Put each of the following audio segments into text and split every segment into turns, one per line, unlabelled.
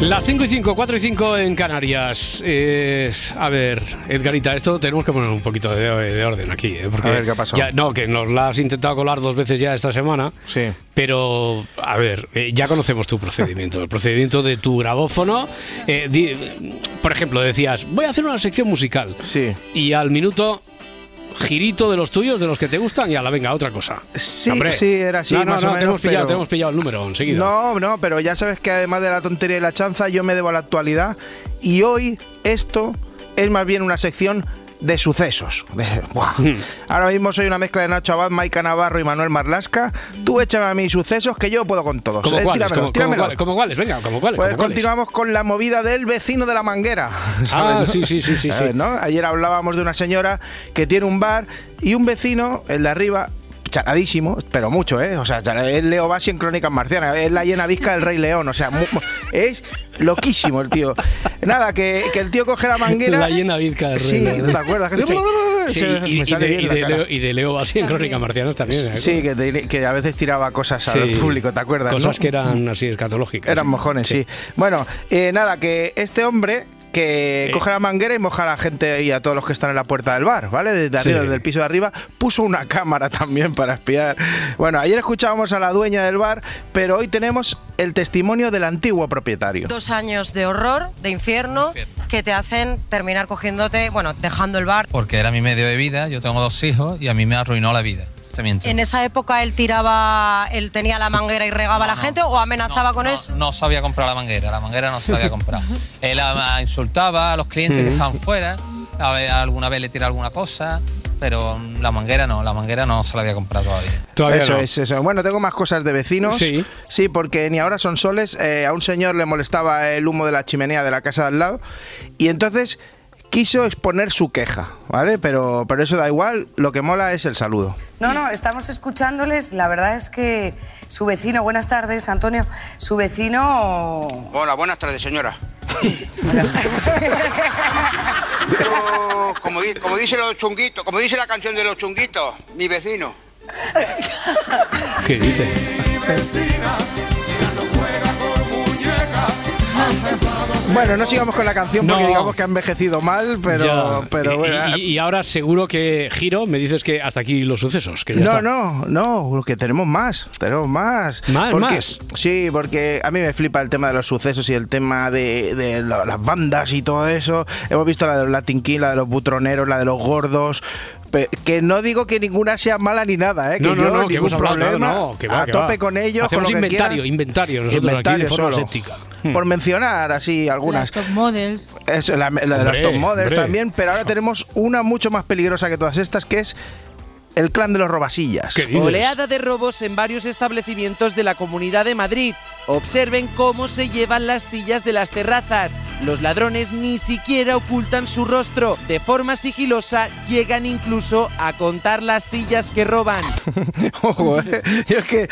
Las 5 y 5, 4 y 5 en Canarias. Eh, a ver, Edgarita, esto tenemos que poner un poquito de, de orden aquí. ¿eh? Porque
A ver, ¿qué ha pasado?
ya- no, que nos la has intentado colar dos veces ya esta semana.
Sí.
Pero, a ver, eh, ya conocemos tu procedimiento, el procedimiento de tu grabófono. Eh, di- por ejemplo, decías, voy a hacer una sección musical.
Sí.
Y al minuto, girito de los tuyos, de los que te gustan, y a la venga, otra cosa.
Sí, sí, era así,
No, no,
más
no,
o
te
menos,
hemos pillado,
pero-
te hemos pillado el número enseguida.
No, no, pero ya sabes que además de la tontería y la chanza, yo me debo a la actualidad. Y hoy esto es más bien una sección de sucesos. De- ¡buah! Ahora mismo soy una mezcla de Nacho Abad, Maika Navarro y Manuel Marlasca. Tú échame a mí sucesos que yo puedo con todos.
Como
Eh,
cuáles,
tíramelos,
como, como
tíramelos.
cuáles, como cuáles, venga, como cuáles.
Pues
como cuáles.
continuamos con la movida del vecino de la manguera. ¿sabes,
Ah,
no?
sí, sí, sí, sí, sí.
¿Sabes, no? Ayer hablábamos de una señora que tiene un bar y un vecino, el de arriba, charadísimo, pero mucho, ¿eh? O sea, chala- es Leo Bassi en Crónicas Marcianas, es la llena visca del Rey León, o sea, mu- mu- es loquísimo el tío. Nada, que, que el tío coge la manguera.
La llena bizca del
Sí,
rey. León.
¿te acuerdas? Que-
Sí, sí,
Se-
y,
me
y
sale
de,
bien
y
la
de
cara.
Leo, y de Leo Bassi en Crónicas Marcianas también. ¿eh?
Sí, que, te- que a veces tiraba cosas al
Sí,
público, ¿te acuerdas? no?
Cosas que eran así escatológicas.
Eran mojones, sí. Bueno, eh, nada, que este hombre que
Eh.
coge la manguera y moja a la gente y a todos los que están en la puerta del bar, ¿vale? Desde
Sí.
arriba, desde el piso de arriba, puso una cámara también para espiar. Bueno, ayer escuchábamos a la dueña del bar, pero hoy tenemos el testimonio del antiguo propietario.
Dos años de horror, de infierno, que te hacen terminar cogiéndote, bueno, dejando el bar.
porque era mi medio de vida, yo tengo dos hijos y a mí me arruinó la vida. Te miento.
En esa época él tiraba, él tenía la manguera y regaba a la
No,
gente
no,
o amenazaba
no,
con
no,
eso.
No sabía comprar la manguera, la manguera no sabía comprar. Él ah, insultaba a los clientes que estaban fuera, a ver, alguna vez le tiraba alguna cosa, pero mm, la manguera no, la manguera no se la había comprado todavía.
Todavía
eso
no.
es, eso. Bueno, tengo más cosas de vecinos.
Sí.
Sí, porque ni ahora son soles. eh, a un señor le molestaba el humo de la chimenea de la casa de al lado. Y entonces quiso exponer su queja, ¿vale? Pero, pero eso da igual, lo que mola es el saludo.
No, no, estamos escuchándoles. La verdad es que su vecino, buenas tardes, Antonio, su vecino...
Hola, buenas tardes, señora.
Buenas tardes.
Yo, como, di- como dice los chunguitos, como dice la canción de los chunguitos, mi vecino.
¿Qué dice?
Bueno, no sigamos con la canción porque
No.
digamos que ha envejecido mal, pero,
Ya.
pero
Y-
bueno.
y, y ahora seguro que giro, me dices que hasta aquí los sucesos. Que ya
no,
está.
no, no, que tenemos más, tenemos más.
Más,
porque,
más.
Sí, porque a mí me flipa el tema de los sucesos y el tema de, de lo- las bandas y todo eso. Hemos visto la de los Latin King, la de los butroneros, la de los gordos. pe- Que no digo que ninguna sea mala ni nada, ¿eh?
No, no,
yo
no, que
ningún
hemos hablado, no,
problema,
no, que va,
a
que
tope
va.
con ellos.
Hacemos
con lo que
inventario,
quieran.
inventario nosotros aquí de forma
solo.
aséptica.
Por
Hmm.
mencionar así algunas.
Las top models.
Eso, la, la de los
Hombre,
top models
hombre.
también, pero ahora tenemos una mucho más peligrosa que todas estas, que es el clan de los robasillas.
¿Qué dices?
Oleada de robos en varios establecimientos de la Comunidad de Madrid. Observen cómo se llevan las sillas de las terrazas. Los ladrones ni siquiera ocultan su rostro. De forma sigilosa llegan incluso a contar las sillas que roban.
Ojo, ¿eh? Yo es que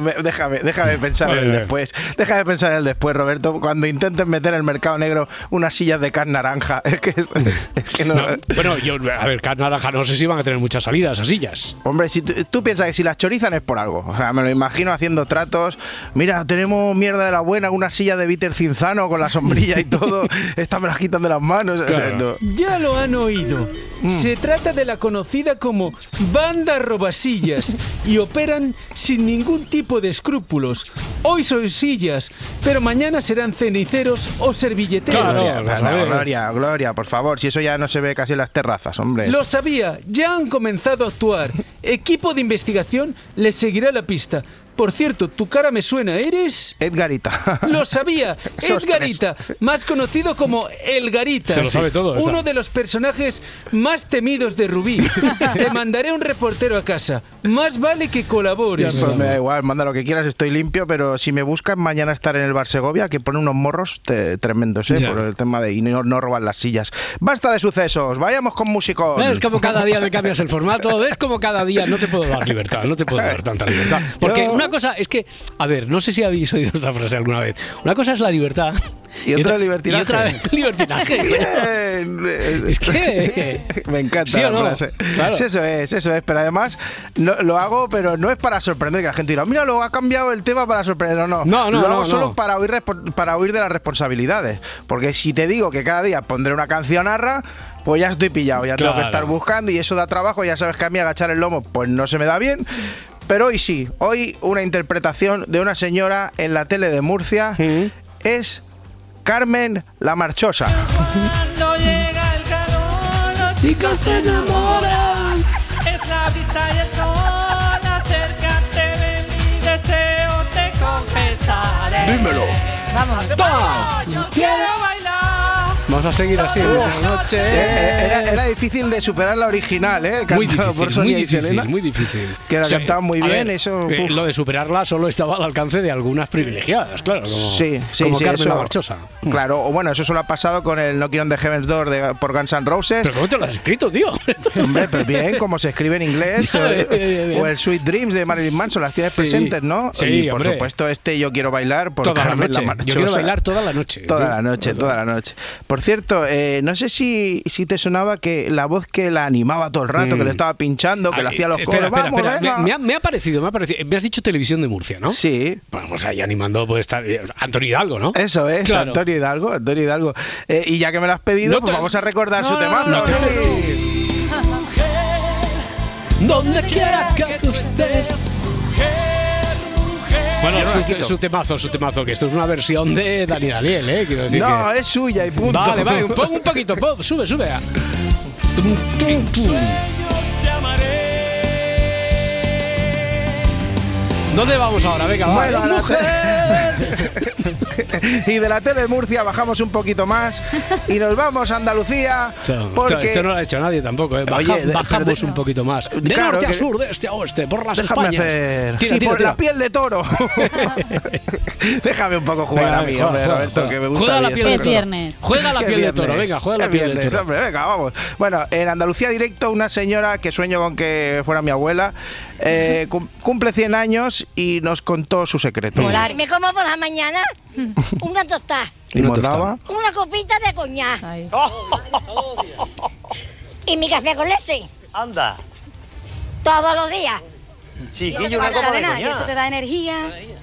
me- déjame, déjame pensar en
Vale,
el
vale.
después. Déjame pensar en el después, Roberto. Cuando intenten meter en el mercado negro unas sillas de carne naranja, es que, es, es que no.
No, bueno, yo, a ver, Car Naranja, no sé si van a tener muchas salidas a sillas.
Hombre, si tú, tú piensas que si las chorizan es por algo. O sea, me lo imagino haciendo tratos. Mira, tenemos mierda de la buena, una silla de Víter Cinzano con la sombrilla y todo. Estas me las quitan de las manos. O sea,
Claro.
no. Mm.
Ya lo han oído. Se trata de la conocida como banda robasillas y operan sin ningún tipo de escrúpulos. Hoy son sillas, pero mañana serán ceniceros o servilleteros.
Claro,
Gloria,
vamos
no,
a ver.
Gloria, Gloria, por favor, si eso ya no se ve casi en las terrazas, hombre.
Lo sabía, ya han comenzado a actuar. Equipo de investigación les seguirá la pista. Por cierto, tu cara me suena, ¿eres?
Edgarita.
Lo sabía,
Esos
Edgarita, más conocido como El Garita.
Se lo sabe todo, esta.
Uno de los personajes más temidos de Rubí. Te mandaré un reportero a casa. Más vale que colabores.
Pues me da igual, manda lo que quieras, estoy limpio, pero si me buscan mañana estar en el Bar Segovia, que pone unos morros te- tremendos, ¿eh?
Ya.
Por el tema de... Y no, no roban las sillas. Basta de sucesos, vayamos con músicos.
¿Ves cómo cada día me cambias el formato? ¿Ves cómo cada día no te puedo dar libertad? No te puedo dar tanta libertad. Porque
Yo-
una cosa es que, a ver, no sé si habéis oído esta frase alguna vez. Una cosa es la libertad.
Y otra el libertinaje.
Y otra el libertinaje. coño. Es que-
Me encanta
¿Sí
la
o no?
frase.
Claro.
Sí, eso es, eso es. Pero además no- lo hago, pero no es para sorprender que la gente dirá, mira, lo ha cambiado el tema para sorprender. No, no.
No, no,
lo
no,
hago
no.
solo para huir, respo- para huir de las responsabilidades. Porque si te digo que cada día pondré una canción arra, pues ya estoy pillado. Ya tengo que
Claro.
estar buscando y eso da trabajo. Ya sabes que a mí agachar el lomo, pues no se me da bien. Pero hoy sí, hoy una interpretación de una señora en la tele de Murcia
Sí.
es Carmen la Marchosa.
Cuando llega el calor, los chicos se enamoran. Es la vista y el sol, acércate de mi deseo, te confesaré. Dímelo.
Vamos, toma.
Yo quiero bailar.
Vamos a seguir así. Buenas
Eh,
noches.
eh, Era, era difícil de superar la original, ¿eh?
Muy
Cantada
difícil,
por Sonia
muy
y
difícil,
Selena.
muy difícil.
Que la
Sí,
cantaban muy
a
bien,
ver,
eso,
eh,
puf.
lo de superarla solo estaba al alcance de algunas privilegiadas, claro. Como,
Sí, sí,
como
sí,
Carmen
eso-
la Marchosa.
Claro, o bueno, eso solo ha pasado con el No Quiero un de Heaven's Door de, por Guns N' Roses.
Pero ¿cómo te lo has escrito, tío?
Hombre, pero bien, como se escribe en inglés. o,
Ya, bien, bien, bien.
o el Sweet Dreams de Marilyn Manson, las tienes
Sí.
presentes, ¿no?
Sí,
y por
hombre.
supuesto, este Yo Quiero Bailar por
toda la
Carmen
noche. Yo quiero
Marchosa.
bailar toda la noche. ¿eh?
Toda la noche, toda la noche. Por cierto, eh, no sé si, si te sonaba que la voz que la animaba todo el rato, que le estaba pinchando, que le
Mm. Ay, eh,
hacía los coros.
espera, espera,
"Vamos,
espera.
venga".
Me, me ha, me ha parecido, me ha parecido. Me has dicho televisión de Murcia, ¿no?
Sí,
Bueno, pues ahí animando puede estar eh, Antonio Hidalgo, ¿no?
Eso es,
Claro.
Antonio Hidalgo, Antonio Hidalgo. Eh, y ya que me lo has pedido,
No
pues
te-
vamos a recordar su tema.
Donde quiera que tú estés. Bueno,
Yo no la quito.
su, su temazo, su temazo, que esto es una versión de Dani Daniel, ¿eh? Quiero decir
No,
que...
es suya y punto.
Vale, vale, un, pon un poquito, pon, sube, sube. ¿Dónde vamos ahora? Venga, vale.
Bueno, a la
mujer.
y de la tele de Murcia bajamos un poquito más y nos vamos a Andalucía
Esto-
porque...
Esto no lo ha hecho nadie tampoco, ¿eh? Baja-
Oye, de-
bajamos
pero de-
un poquito más. De
Claro
norte a
que-
sur, de este a oeste, por las
Déjame
Españas.
hacer...
Tira,
Sí,
tira,
por
tira.
la piel de toro. Déjame un poco jugar
Venga,
a mí,
juega,
hombre,
juega,
Roberto,
juega.
que me gusta
Juega la
bien
piel
todo
de
esto.
toro.
viernes.
Juega la
Qué
piel de
viernes,
toro, venga, juega la
qué
piel de
viernes,
toro.
hombre, venga, vamos. Bueno, en Andalucía Directo, una señora que sueño con que fuera mi abuela, eh, cum- cumple 100 años y nos contó su secreto.
Me como por la mañana una tostada,
Y
Una
nos
tostada.
daba-
una copita de coñac
Ay.
y mi café con leche
Anda,
todos los días.
chiquillo, una copa de coñac.
da energía.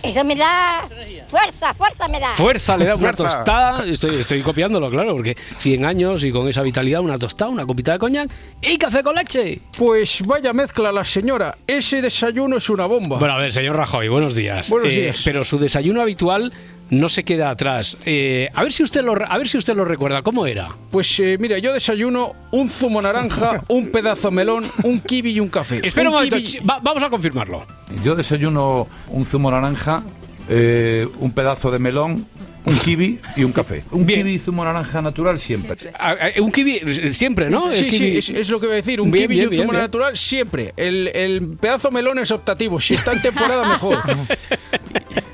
Eso me da fuerza, fuerza me da.
Fuerza, le da una
Fuerza.
tostada. Estoy, estoy copiándolo, claro, porque 100 años y con esa vitalidad, una tostada, una copita de coñac y café con leche.
Pues vaya mezcla la señora. Ese desayuno es una bomba.
Bueno, a ver, señor Rajoy, buenos días. Eh,
Buenos días.
Pero su desayuno habitual no se queda atrás. Eh, a, ver si usted lo, re- a ver si usted lo recuerda. ¿Cómo era?
Pues eh, mira, yo desayuno un zumo naranja, un pedazo de melón, un kiwi y un café.
Espera un momento,
kiwi-
chi- va- vamos a confirmarlo.
Yo desayuno un zumo naranja, eh, un pedazo de melón, un kiwi y un café. Un kiwi y zumo naranja natural siempre.
Ah, ah, Un kiwi eh, siempre, ¿no? El
Sí,
kiwi-
sí, es, es lo que voy a decir. Un
Bien,
kiwi y
bien,
un
bien,
zumo
bien.
natural siempre. El, el pedazo de melón es optativo. Si está en temporada, mejor.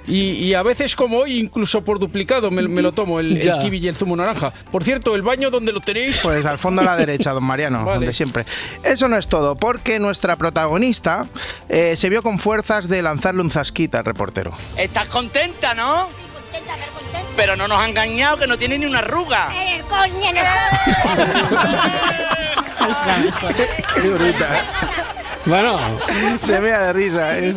Y, y a veces, como hoy, incluso por duplicado me, me lo tomo, el, el
Ya.
kiwi y el zumo naranja. Por cierto, el baño donde lo tenéis...
Pues al fondo a la derecha, don Mariano,
Vale.
donde siempre. Eso no es todo, porque nuestra protagonista eh, se vio con fuerzas de lanzarle un zasquita al reportero.
Estás contenta, ¿no? Pero Eh. no nos ha engañado, que no tiene ni una arruga.
El coño no sabe.
Qué bruta, ¿eh?
Bueno,
Se vea de risa, ¿eh?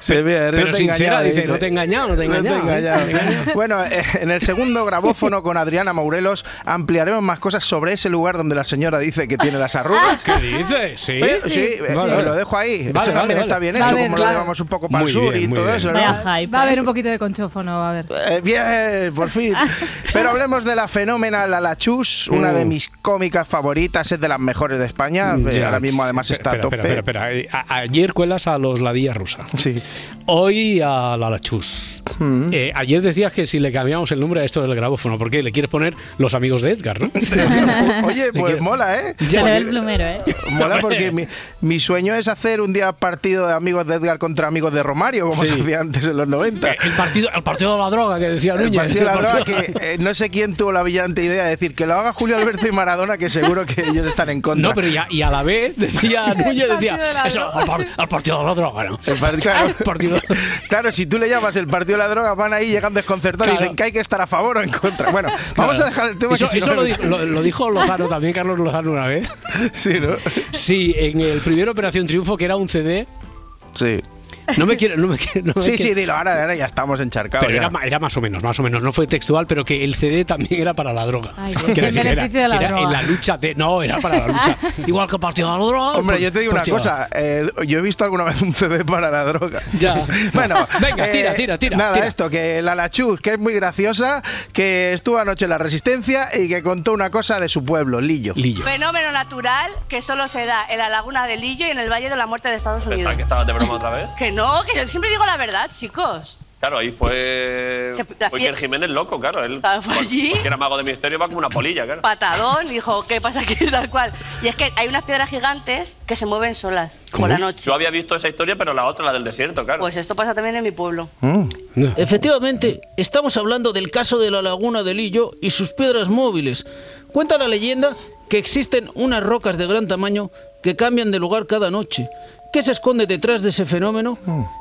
Se vea de risa. Eh,
pero ¿eh?
te he
sincera,
engañado,
dice, no te he engañado, no te he
No te he
engañado.
engañado. Bueno, eh, en el segundo grabófono con Adriana Maurelos ampliaremos más cosas sobre ese lugar donde la señora dice que tiene las arrugas.
¿Qué dices? Ah, Sí.
Eh, sí, eh, os
Vale, vale.
lo dejo ahí. Esto
Vale,
también
vale,
está
vale.
bien
Va a
hecho,
ver,
como lo
claro.
llevamos un poco para
Muy
el sur
bien,
y
muy
todo
bien.
eso, ¿no?
Vaya
hype,
Va a haber un poquito de conchófono, a ver.
Eh, bien, por fin.
Ah.
Pero hablemos de la fenomenal Alachus, una de
Mm.
mis cómicas favoritas, es de las mejores de España. Eh,
Mm, Ya,
Ahora mismo además
sí,
está
espera,
tope.
espera, espera, espera. A- ayer cuelas a los ladilla rusa.
Sí. Mm.
Hoy a la lachus. Eh, ayer decías que si le cambiamos el nombre a esto del grabófono, porque le quieres poner los amigos de Edgar, ¿no?
Oye, pues mola, ¿eh?
Se le ve el plumero, ¿eh?
Mola porque mi, mi sueño es hacer un día partido de amigos de Edgar contra amigos de Romario, como
Sí. Eh,
se hacía antes en los 90.
El partido, el partido de la droga que decía
El
Núñez.
partido de la
El
droga
partido-
que eh, no sé quién tuvo la brillante idea de decir que lo haga Julio Alberto y Maradona, que seguro que ellos están en contra.
No, pero ya- y a la vez decía Núñez, decía,
partido de la
eso,
droga,
al, par-
sí.
al partido de la droga, ¿no?
El par- claro,
partido-
claro, si tú le llamas el partido de la droga, van ahí llegando desconcertados y
Claro.
dicen que hay que estar a favor o en contra. Bueno, vamos
Claro.
a dejar el tema.
Eso,
que si
eso
no-
lo, di- lo- lo dijo Lozano también, Carlos Lozano una vez.
Sí, ¿no?
Sí, en el primer Operación Triunfo, que era un CD.
Sí.
No me quiero, no me quiero. no me
Sí,
quiero-
sí, dilo, ahora, ahora ya estamos encharcados.
Pero
ya.
era, ma- era más o menos, más o menos. No fue textual, pero que el CD también era para la droga.
Ay,
Quiero
es el
decir, era,
beneficio de la
era
droga.
en la lucha de. No, era para la lucha. Igual que partido de la droga. pues,
Hombre,
por-
yo te digo una
partido-
cosa. eh, yo he visto alguna vez un CD para la droga.
Ya.
bueno,
Venga,
eh,
tira, tira, tira,
Nada,
tira.
esto, que la Lachus, que es muy graciosa, que estuvo anoche en la Resistencia y que contó una cosa de su pueblo, Lillo.
Lillo.
Fenómeno natural que solo se da en la laguna de Lillo y en el Valle de la Muerte de Estados Unidos.
Pensaba que estabas de broma otra vez.
Que no, que yo siempre digo la verdad, chicos.
Claro, ahí fue.
Se- la
Fue
pie-
Iker Jiménez loco, claro. Él,
Claro, fue
cual-
allí.
Cualquiera mago de misterio va como una polilla, claro.
Patadón dijo, ¿qué pasa aquí? Tal cual. Y es que hay unas piedras gigantes que se mueven solas por la noche.
Yo había visto esa historia, pero la otra, la del desierto, claro.
Pues esto pasa también en mi pueblo.
Efectivamente, estamos hablando del caso de la laguna de Lillo y sus piedras móviles. Cuenta la leyenda que existen unas rocas de gran tamaño que cambian de lugar cada noche. ¿Qué se esconde detrás de ese fenómeno?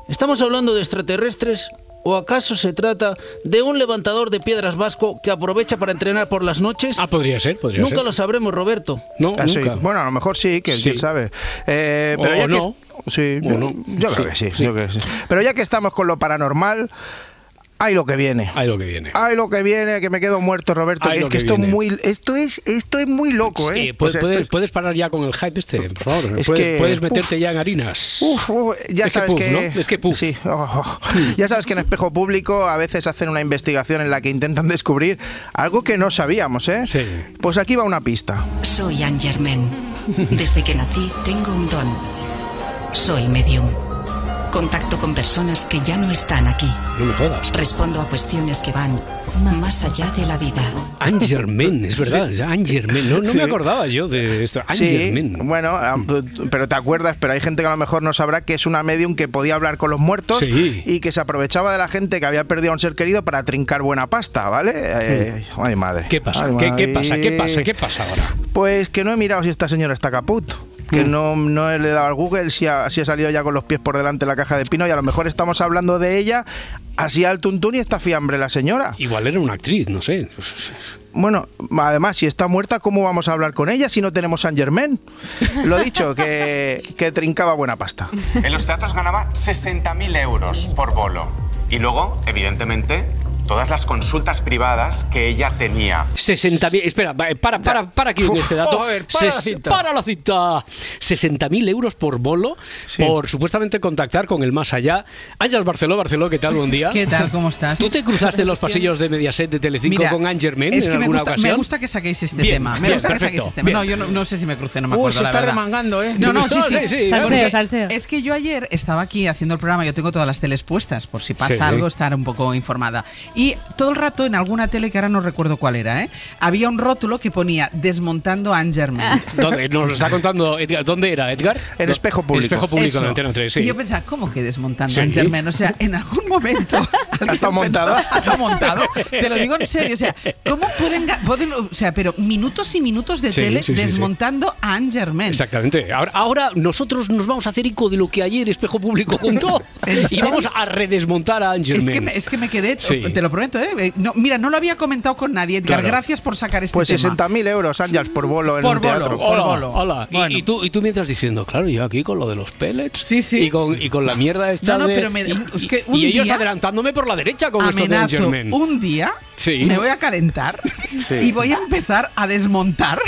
¿Estamos hablando de extraterrestres? ¿O acaso se trata de un levantador de piedras vasco que aprovecha para entrenar por las noches?
Ah, podría ser, podría
Nunca
ser.
lo sabremos, Roberto.
No,
Ah, sí. Bueno, a lo mejor sí, que
Sí.
quién sabe. Eh, pero
O
ya que-
no.
sí,
O
yo,
no.
yo creo
Sí,
que sí,
sí.
yo creo que sí. Pero ya que estamos con lo paranormal, hay lo que viene.
Hay lo que viene.
Ay, lo que viene, que me quedo muerto, Roberto.
Ay,
que
lo
es que
que
esto,
viene.
muy, esto, es, esto es muy loco,
Sí,
¿eh? O
puedes,
sea, esto
puedes-
es-
puedes parar ya con el hype este, por favor.
Es
puedes,
que-
puedes meterte
uf.
ya en harinas.
Uf, uf, ya
Es que
sabes
puff,
que,
¿no? Es que puff.
Sí, oh, oh. Ya sabes que en Espejo Público a veces hacen una investigación en la que intentan descubrir algo que no sabíamos, ¿eh? Sí. Pues aquí va una pista.
Soy Anne Germain. Desde que nací tengo un don. Soy medium. Contacto con personas que ya no están aquí.
No me jodas.
Respondo a cuestiones que van más allá de la vida.
Angermen, es verdad.
Sí.
Angermen. No, no
Sí.
me acordaba yo de esto.
Sí,
Angermen.
bueno, ah, pero te acuerdas, pero hay gente que a lo mejor no sabrá que es una medium que podía hablar con los muertos
Sí.
y que se aprovechaba de la gente que había perdido a un ser querido para trincar buena pasta, ¿vale? Eh, ay, madre.
¿Qué pasa?
Ay,
¿Qué, qué
madre.
pasa? ¿Qué pasa? ¿Qué pasa ahora?
Pues que no he mirado si esta señora está caput. Que
Mm.
no, no le he dado al Google si ha, si ha salido ya con los pies por delante de la caja de pino y a lo mejor estamos hablando de ella así al tuntún y está fiambre la señora.
Igual era una actriz, no sé.
Bueno, además, si está muerta, ¿cómo vamos a hablar con ella si no tenemos San Germain? Lo dicho, que, que trincaba buena pasta.
En los teatros ganaba 60.000 euros por bolo. Y luego, evidentemente, todas las consultas privadas que ella tenía.
60.000. Espera, va, eh, para, para, para aquí en este dato.
Joder, para la
Ses-
cinta.
para la cinta. 60.000 euros por bolo por supuestamente contactar con el más allá. Ángel Barceló, Barceló, ¿qué tal? Buen día.
¿Qué tal? ¿Cómo estás?
¿Tú te cruzaste en los pasillos de Mediaset de Telecinco
Mira,
con Angermen
es que
en
me
alguna
gusta- me
ocasión?
gusta que saquéis este
Bien,
tema. Me
bien,
gusta que saquéis
perfecto,
este tema. No,
bien.
yo no, no sé si me crucé, no me
Uy,
acuerdo.
se
la
está
verdad.
remangando, ¿eh?
No, no, sí, sí.
Sí, sí,
Porque
Salseo,
Es que yo ayer estaba aquí haciendo el programa, yo tengo todas las teles puestas, por si pasa
Sí.
algo, estar un poco informada. Y todo el rato en alguna tele, que ahora no recuerdo cuál era, ¿eh? había un rótulo que ponía Desmontando a Angerman.
¿Dónde? Nos lo está contando Edgar. ¿Dónde era, Edgar?
El espejo
El
público.
espejo público
Eso.
de Antena 3, sí.
Y yo pensaba, ¿cómo que desmontando
Sí.
a Angerman? O sea, en algún momento. alguien pensó,
montado?
Hasta montado. Te lo digo en serio. O sea, ¿cómo pueden. ga- pueden- o sea, pero minutos y minutos de
Sí,
tele
sí, sí, sí.
desmontando a Angerman.
Exactamente. Ahora, ahora nosotros nos vamos a hacer eco de lo que ayer Espejo Público contó. y
serio?
vamos a redesmontar a Ángel
Es que,
Men.
me, es que me quedé,
Sí.
te lo prometo, ¿eh? No, mira, no lo había comentado con nadie, Edgar.
Claro.
Gracias por sacar este
Pues
tema.
60.000 euros, Ángel, por bolo en
Por
un
bolo,
teatro.
por bolo.
Hola. Y- Y, tú, y tú mientras diciendo, claro, yo aquí con lo de los pellets y, con, y con la mierda esta
No, no,
de-
pero me-
y,
es que
y-
un
y ellos
día-
adelantándome por la derecha con esto de
Amenazo,
Angerman.
un día
Sí.
me voy a calentar
Sí.
y voy a empezar a desmontar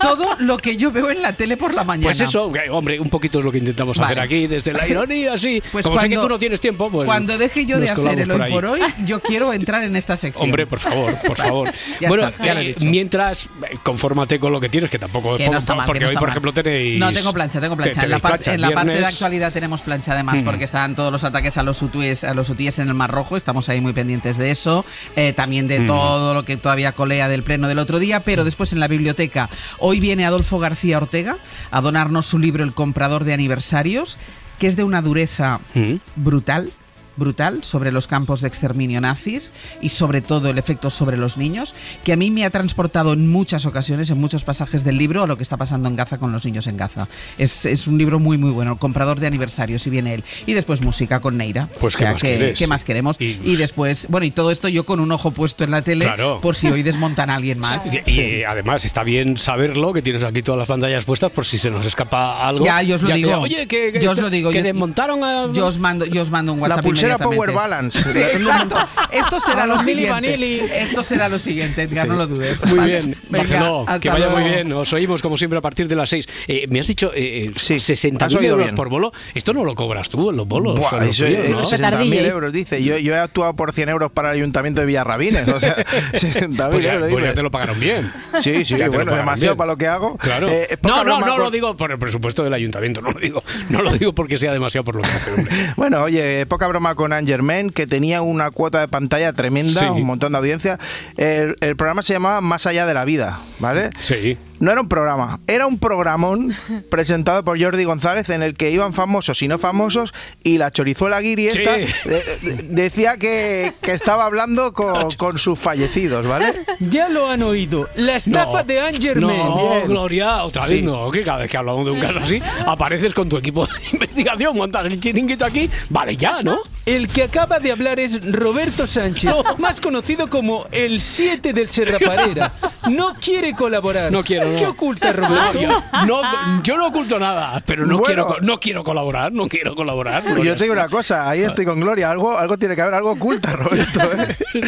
todo lo que yo veo en la tele por la mañana.
Pues eso, eh, hombre, un poquito es lo que intentamos hacer
Vale.
aquí, desde la ironía, sí.
Pues
Como sé que
cuando-
tú no tienes tiempo, pues.
Cuando deje yo
nos
de hacer
colamos
el hoy
ahí.
por hoy, yo quiero entrar en esta sección.
Hombre, por favor, por favor.
Ya
bueno,
está, ya lo he
eh,
dicho.
mientras, eh, confórmate con lo que tienes, que tampoco es
Que no
poco,
está mal,
porque
que no
hoy,
está
por
mal.
ejemplo, tenéis.
Eh, No, tengo plancha, tengo plancha.
te-
en la,
tenéis
par-
plancha,
en la parte de
viernes.
actualidad tenemos plancha además,
Mm.
porque están todos los ataques a los hutíes, a los hutíes en el Mar Rojo, estamos ahí muy pendientes de eso, eh, también de
Hmm.
Mm.
todo lo que todavía colea del pleno del otro día, pero después en la biblioteca. Hoy viene Adolfo García Ortega a donarnos su libro El comprador de aniversarios, que es de una dureza
Mm.
brutal brutal sobre los campos de exterminio nazis y sobre todo el efecto sobre los niños, que a mí me ha transportado en muchas ocasiones, en muchos pasajes del libro, a lo que está pasando en Gaza con los niños en Gaza. Es, es un libro muy, muy bueno, El comprador de aniversarios, si viene él. Y después música con Neira.
Pues, ¿qué más quieres?
¿qué más queremos? Y, después, bueno, y todo esto yo con un ojo puesto en la tele,
Claro.
por si hoy desmontan a alguien más.
Y, y, eh, además está bien saberlo, que tienes aquí todas las pantallas puestas por si se nos escapa algo.
Ya, yo os lo
te-
digo.
Oye, que, que
yo os
esto-
lo digo.
que
yo-
desmontaron a.
Yo os mando, yo os mando un
La
WhatsApp
pulsera
inmediatamente.
Power Balance.
Sí,
La-
exacto. Esto será
A
lo
los Mili
siguiente.
Vanilli.
Esto será lo siguiente, Edgar, no lo dudes.
Muy
Vale.
bien,
Venga,
bájalo,
hasta
que vaya muy
luego.
bien. Os oímos, como siempre, a partir de las 6. Me has dicho eh,
has
60.000
oído
euros
bien.
por bolo. Esto no lo cobras tú en los bolos.
Buah,
en los
eso
tuyos,
es- eh,
¿no?
60.000 euros, dice. Yo, yo he actuado por 100 euros para el ayuntamiento de Villarrabines. O sea, 60.000
Pues ya-
euros.
pues ya
dice.
te lo pagaron bien.
Sí, sí,
Ya te lo
bueno,
pagaron
demasiado
bien.
para lo que hago.
Claro.
Eh, poca
no, no,
broma
no
con-
lo digo por el presupuesto del ayuntamiento, no lo digo. No lo digo porque sea demasiado por lo que hace, hombre.
Bueno, oye, poca broma con Angerman, que tenía una cuota de pantalla tremenda,
Sí.
un montón de audiencia. El, el programa se llamaba Más allá de la vida, ¿vale?
Sí.
No era un programa, era un programón presentado por Jordi González en el que iban famosos y no famosos y la chorizuela guiri
Sí.
esta de- de- decía que, que estaba hablando con, con sus fallecidos, ¿vale?
Ya lo han oído. La estafa de Angerman.
No, Gloria, otra vez
Sí.
no, que cada vez que hablamos de un caso así, apareces con tu equipo de investigación, montas el chiringuito aquí, vale ya, ¿no?
El que acaba de hablar es Roberto Sánchez, más conocido como el 7 del Serraparera. No quiere colaborar.
No quiero, no.
¿Qué oculta Roberto?
No, yo, no, yo no oculto nada, pero
Bueno.
no,
Pues
quiero, co- no quiero colaborar, no quiero colaborar. Gloria.
Yo te digo una cosa, ahí estoy con Gloria, algo, algo tiene que haber, algo oculta, Roberto. ¿eh?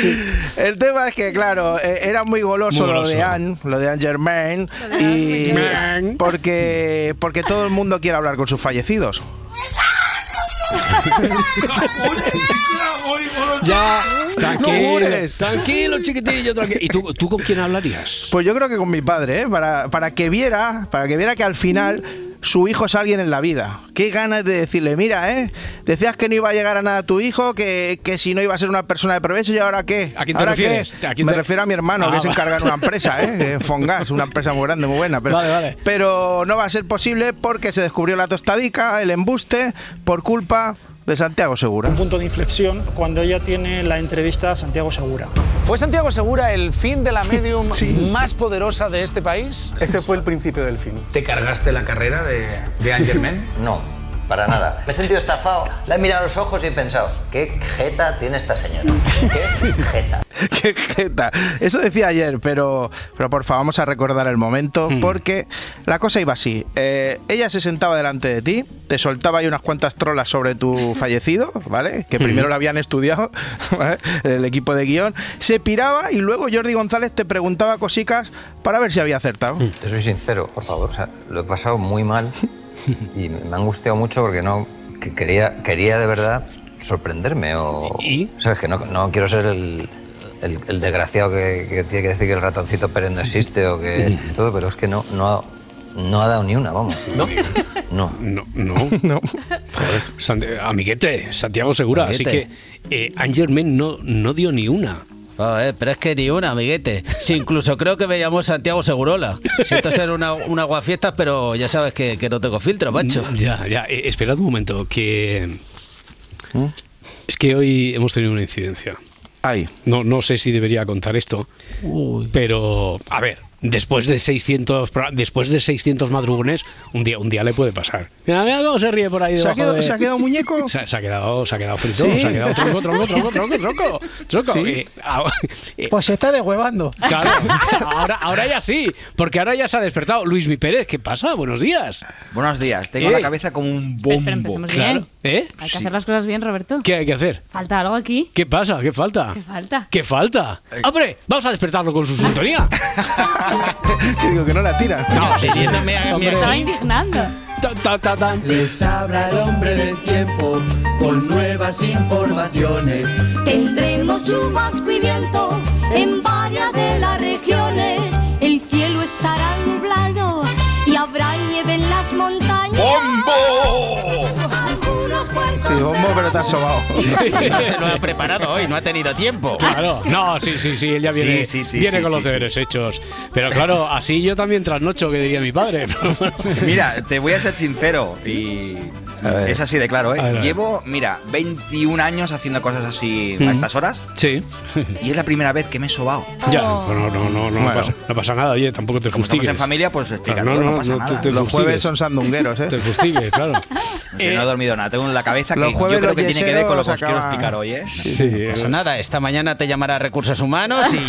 El tema es que, claro, eh, era muy goloso,
Muy
lo de
goloso.
Anne, lo de Anne Germain, y porque, porque todo el mundo quiere hablar con sus fallecidos.
Ya,
No
tranquilo,
jures.
tranquilo, chiquitillo, tranquilo. ¿Y tú, tú con quién hablarías?
Pues yo creo que con mi padre, ¿eh? para, para que viera, para que viera que al final su hijo es alguien en la vida. Qué ganas de decirle, mira, ¿eh? Decías que no iba a llegar a nada tu hijo, que, que si no iba a ser una persona de provecho, ¿y ahora qué?
¿A quién te
¿Ahora qué?
refieres? ¿A quién
Me
te-
refiero a mi hermano,
Ah,
que se
va.
encarga de una empresa, ¿eh? Que es Fongas, una empresa muy grande, muy buena. Pero,
Vale, vale.
pero no va a ser posible porque se descubrió la tostadica, el embuste, por culpa de Santiago Segura.
punto de inflexión cuando ella tiene la entrevista a Santiago Segura.
¿Fue Santiago Segura el fin de la medium más poderosa de este país?
Ese fue el principio del fin.
¿Te cargaste la carrera de, de Angerman?
No, para nada. Me he sentido estafado. La he mirado a los ojos y he pensado, ¿qué jeta tiene esta señora? ¿Qué jeta?
¡Qué jeta! Eso decía ayer, pero, pero por favor, vamos a recordar el momento,
Hmm.
porque la cosa iba así. Eh, ella se sentaba delante de ti, te soltaba ahí unas cuantas trolas sobre tu fallecido, ¿vale?
Hmm.
Que primero la habían estudiado, ¿vale? el equipo de guión. Se piraba y luego Jordi González te preguntaba cositas para ver si había acertado.
Hmm.
Te soy sincero, por favor. O sea, lo he pasado muy mal y me ha angustiado mucho porque no que quería, quería de verdad sorprenderme o... ¿Y? ¿Sabes? Que no, no quiero ser el, el- el desgraciado que, que tiene que decir que el ratoncito Pérez no existe o que todo, pero es que no, no, ha, no ha dado ni una, vamos. ¿No? No.
No, no. Joder, Sant- Eh, amiguete, Santiago Segura. Así
Amiguete.
que eh, Angerman no, no dio ni una.
Joder, pero es que ni una, amiguete. Si incluso creo que me llamó Santiago Segurola. Siento ser una, una guafiestas, pero ya sabes que, que no tengo
Ah,
filtro, macho.
Mm,
Ya, ya. eh, esperad un momento, que.
¿Mm?
Es que hoy hemos tenido una incidencia.
Ahí.
No, no sé si debería contar esto, pero. A ver, después de 600, pro- después de 600 madrugones, un día, un día le puede pasar. Mira, mira cómo se ríe por ahí.
¿Se ha
debajo
quedado,
de-
se ha quedado muñeco?
Se, ha- se ha quedado, se ha quedado frito,
Sí.
se ha quedado tronco, tronco, tronco, tronco, tronco, tronco.
Sí.
Eh, ah, eh,
Pues se está deshuevando.
Claro, ahora, ahora ya sí, porque ahora ya se ha despertado. Luis Mi Pérez, ¿qué pasa? Buenos días. Eh.
Buenos días, tengo la cabeza como un bombo.
Pero empecemos
Claro. ¿Eh?
Hay que hacer las cosas bien, Roberto.
¿Qué hay que hacer?
¿Falta algo aquí?
¿Qué pasa? ¿Qué falta?
¿Qué falta?
¿Qué falta? ¡Hombre! Vamos a despertarlo con su sintonía.
Yo digo que no la tira.
No, sí, sí.
Me
Hombre.
estaba indignando.
Les habla el hombre del tiempo con nuevas informaciones.
Tendremos chubasco y viento en varias de las regiones. El cielo estará nublado y habrá nieve en las montañas.
¡Bombo!
Algunos
Sí,
puertos
bombo, pero te has sobado.
No se lo ha preparado hoy, no ha tenido tiempo.
Claro, no, sí, sí, sí, él ya viene,
Sí, sí, sí,
viene
sí,
con
sí,
los
sí.
deberes hechos. Pero claro, así yo también trasnocho, que diría mi padre.
Mira, te voy a ser sincero y es así de claro,
A ver, a
¿eh?
ver.
Llevo, mira, 21 años haciendo cosas así
Mm.
a estas horas
Sí.
y es la primera vez que me he sobado.
Ya, no, no, no, no,
Bueno.
pasa, no pasa nada, oye, tampoco te
Como estamos
fustigues.
en familia, pues explica
Claro,
todo, no pasa
te-
nada.
te
Los
fustigues. Eh.
jueves son
sandungueros, ¿eh?
Te fustigues, claro.
Si no he dormido nada, tengo la cabeza que
Los
yo
jueves
creo
los
que tiene que ver con lo que os
yeseros
quiero
acaban-
explicar hoy, ¿eh?
Sí, no pasa nada, esta mañana te llamará Recursos Humanos y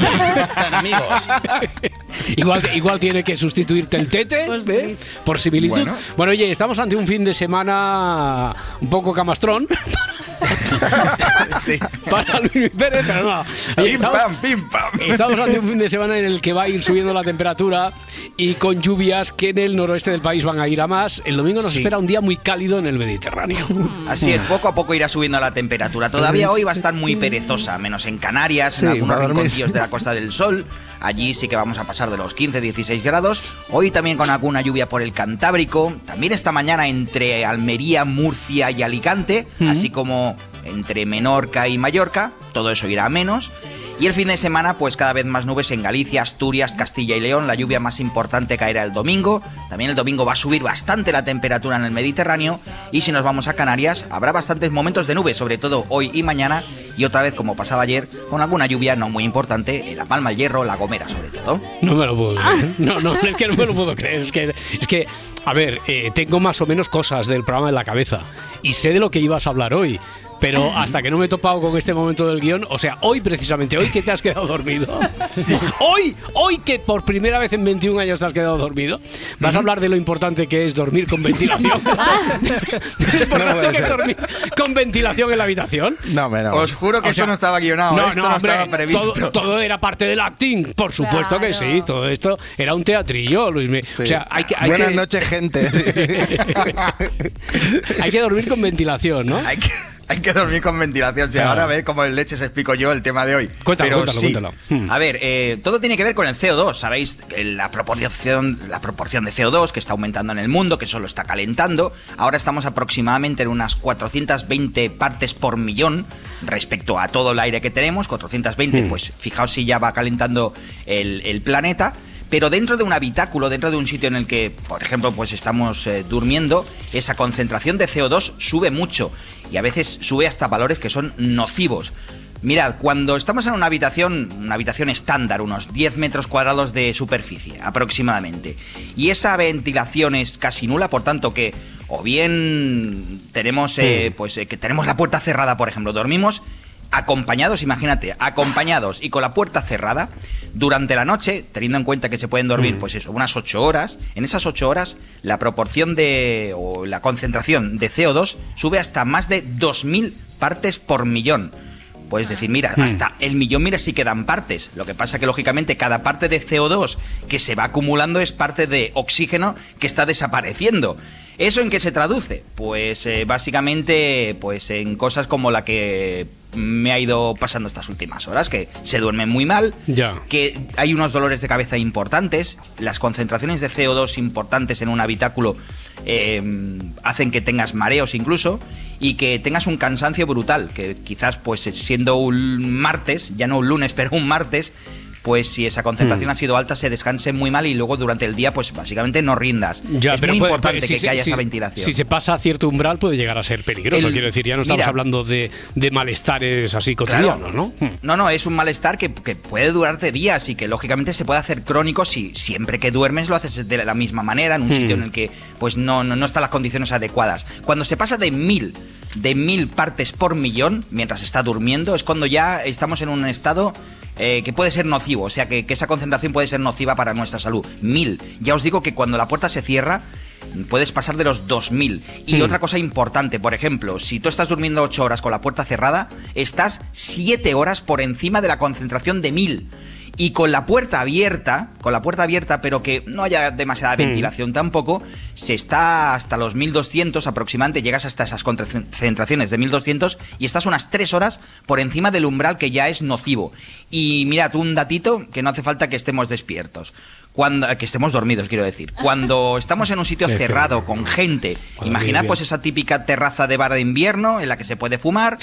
Igual, igual tiene que sustituirte el tete ¿eh? por similitud. Bueno.
Bueno.
oye, estamos ante un fin de semana un poco camastrón. Para Luis Pérez, pero no.
Pim, pam,
estamos ante un fin de semana en el que va a ir subiendo la temperatura y con lluvias que en el noroeste del país van a ir a más. El domingo nos
Sí.
espera un día muy cálido en el Mediterráneo.
Así es, poco a poco irá subiendo la temperatura. Todavía hoy va a estar muy perezosa, menos en Canarias,
Sí,
en
va a
algunos
dormir.
rinconcillos de la Costa del Sol. Allí sí que vamos a pasar de los 15-16 grados. Hoy también con alguna lluvia por el Cantábrico. También esta mañana entre Almería, Murcia y Alicante, así como entre Menorca y Mallorca. Todo eso irá a menos. Y el fin de semana, pues cada vez más nubes en Galicia, Asturias, Castilla y León. La lluvia más importante caerá el domingo. También el domingo va a subir bastante la temperatura en el Mediterráneo. Y si nos vamos a Canarias, habrá bastantes momentos de nube, sobre todo hoy y mañana. Y otra vez, como pasaba ayer, con alguna lluvia no muy importante en La Palma, el Hierro, La Gomera, sobre todo.
No me lo puedo creer. No, no, es que no me lo puedo creer. Es que, es que a ver, eh, tengo más o menos cosas del programa en la cabeza y sé de lo que ibas a hablar hoy. Pero hasta que no me he topado con este momento del guión, o sea, hoy precisamente, hoy que te has quedado dormido, hoy, hoy que por primera vez en 21 años te has quedado dormido, vas a hablar de lo importante que es dormir con ventilación. Lo importante que es dormir con ventilación en la habitación.
No, Os juro que
O sea,
esto no estaba guionado,
no,
esto
no,
no,
hombre,
estaba previsto.
Todo, todo era parte del acting, por supuesto que sí. Todo esto era un teatrillo, Luis. Me- O sea, hay que, hay
Buenas
que-
noches, gente. Sí, sí.
hay que dormir con ventilación, ¿no?
Hay que, hay que dormir con ventilación. Si
Claro.
ahora a ver cómo el leche se explico yo el tema de hoy.
Cuéntalo,
Pero
cuéntalo,
sí.
cuéntalo. Hmm.
A ver, eh, todo tiene que ver con el CO2. Sabéis Eh, la proporción, la proporción de CO2 que está aumentando en el mundo, que solo está calentando. Ahora estamos aproximadamente en unas 420 partes por millón respecto a todo el aire que tenemos. 420,
Hmm.
Mm.
pues fijaos si ya va calentando el, el planeta. Pero dentro de un habitáculo, dentro de un sitio en el que, por ejemplo, pues estamos eh, durmiendo, esa concentración de CO2 sube mucho y a veces sube hasta valores que son nocivos. Mirad, cuando estamos en una habitación, una habitación estándar, unos 10 metros cuadrados de superficie aproximadamente, y esa ventilación es casi nula, por tanto que o bien tenemos, eh, pues, eh, que tenemos la puerta cerrada, por ejemplo, dormimos acompañados, imagínate, acompañados y con la puerta cerrada durante la noche, teniendo en cuenta que se pueden dormir,
Mm.
pues eso, unas 8 horas, en esas 8 horas la proporción de o la concentración de CO2 sube hasta más de 2000 partes por millón. Puedes decir, mira,
Mm.
hasta el millón, mira, sí quedan partes. Lo que pasa que, lógicamente, cada parte de CO2 que se va acumulando es parte de oxígeno que está desapareciendo. ¿Eso en qué se traduce? Pues eh, básicamente pues en cosas como la que me ha ido pasando estas últimas horas, que se duerme muy mal,
Ya.
que hay unos dolores de cabeza importantes, las concentraciones de CO2 importantes en un habitáculo eh, hacen que tengas mareos incluso y que tengas un cansancio brutal, que quizás pues siendo un martes, ya no un lunes, pero un martes, pues si esa concentración
Mm.
ha sido alta, se descanse muy mal y luego durante el día, pues básicamente no rindas.
Ya,
es
pero
muy
puede-
importante
puede-
que,
si se-
haya
si-
esa ventilación.
Si se pasa a cierto umbral puede llegar a ser peligroso.
El-
Quiero decir, ya no estamos
mira.
hablando de, de malestares así
Claro.
cotidianos, ¿no? Mm.
No, no, es un malestar que, que puede durarte días y que lógicamente se puede hacer crónico si siempre que duermes lo haces de la misma manera, en un
Hmm.
sitio en el que pues no, no, no están las condiciones adecuadas. Cuando se pasa de mil, de mil partes por millón mientras está durmiendo, es cuando ya estamos en un estado eh, que puede ser nocivo, o sea que, que esa concentración puede ser nociva para nuestra salud. Mil. Ya os digo que cuando la puerta se cierra, puedes pasar de los 2000. Y
Hmm.
otra cosa importante, por ejemplo, si tú estás durmiendo 8 horas con la puerta cerrada, estás 7 horas por encima de la concentración de 1000. Y con la puerta abierta, con la puerta abierta, pero que no haya demasiada
Hmm.
ventilación tampoco, se está hasta los 1200 aproximadamente, llegas hasta esas concentraciones de 1200 y estás unas 3 horas por encima del umbral que ya es nocivo. Y mirad, un datito que no hace falta que estemos despiertos. Cuando, que estemos dormidos, quiero decir. Cuando estamos en un sitio
Qué feo.
cerrado, con gente,
Cuando vive
imaginad
bien.
pues esa típica terraza de bar de invierno en la que se puede fumar,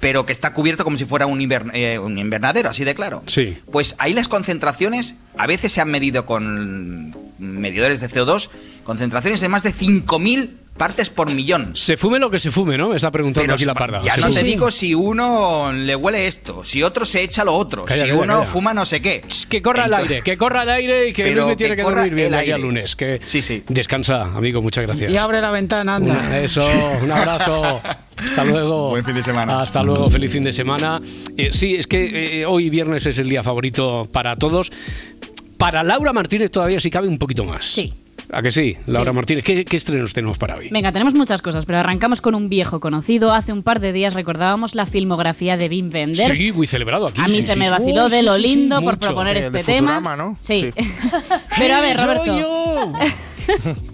pero que está cubierto como si fuera un, invern- eh, un invernadero, así de claro.
Sí.
Pues ahí las concentraciones a veces se han medido con medidores de CO2, concentraciones de más de 5.000 partes por millón.
Se fume lo que se fume, ¿no? Me está preguntando
Pero
aquí la parda.
Ya
Se
no
fume.
te digo si uno le huele esto, si otro se echa lo otro,
Calla,
si
calla,
uno
calla.
fue no sé qué.
Que corra el aire, que corra el aire y que
Pero
Luis me tiene
que
que,
corra
dormir bien
el
de aquí al
aire.
lunes. Que
Sí, sí.
Descansa, amigo, muchas gracias.
Y abre la ventana, anda.
Una- eso, un abrazo. Hasta luego. Buen fin de semana. Hasta luego, feliz fin de semana. Eh, sí, es que eh, hoy viernes es el día favorito para todos. Para Laura Martínez todavía sí cabe un poquito más. Sí. ¿A que sí, Laura Martínez? ¿Qué, qué estrenos tenemos para hoy?
Venga, tenemos muchas cosas, pero arrancamos con un viejo conocido. Hace un par de días recordábamos la filmografía de Wim Wenders.
Sí, muy celebrado aquí.
A mí
sí,
se
sí,
me
sí.
vaciló
Uy,
de
sí,
lo
sí, sí,
lindo por
mucho.
proponer
Eh, de
este tema.
Futurama, ¿no?
Sí. Pero a ver,
Sí,
Roberto.
soy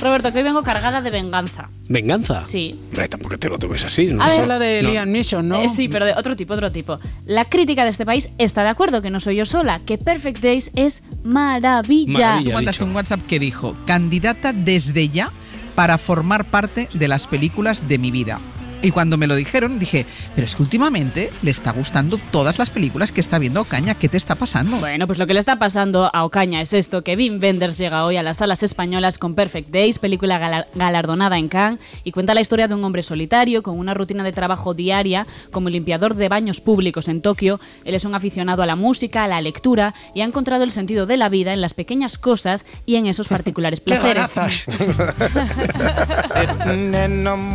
Roberto, que hoy vengo cargada de venganza.
¿Venganza?
Sí.
Hombre, tampoco te lo tomes así. ¿no?
A
Sí.
ver.
No.
Neeson,
Eh, sí, pero de otro tipo, otro tipo. La crítica de este país está de acuerdo que no soy yo sola, que Perfect Days es maravilla.
Tú mandaste un WhatsApp que dijo, candidata desde ya para formar parte de las películas de mi vida. Y cuando me lo dijeron, dije, pero es que últimamente le está gustando todas las películas que está viendo Ocaña, ¿qué te está pasando?
Bueno, pues lo que le está pasando a Ocaña es esto, que Wim Wenders llega hoy a las salas españolas con Perfect Days, película gala- galardonada en Cannes, y cuenta la historia de un hombre solitario con una rutina de trabajo diaria como limpiador de baños públicos en Tokio. Él es un aficionado a la música, a la lectura, y ha encontrado el sentido de la vida en las pequeñas cosas y en esos particulares placeres.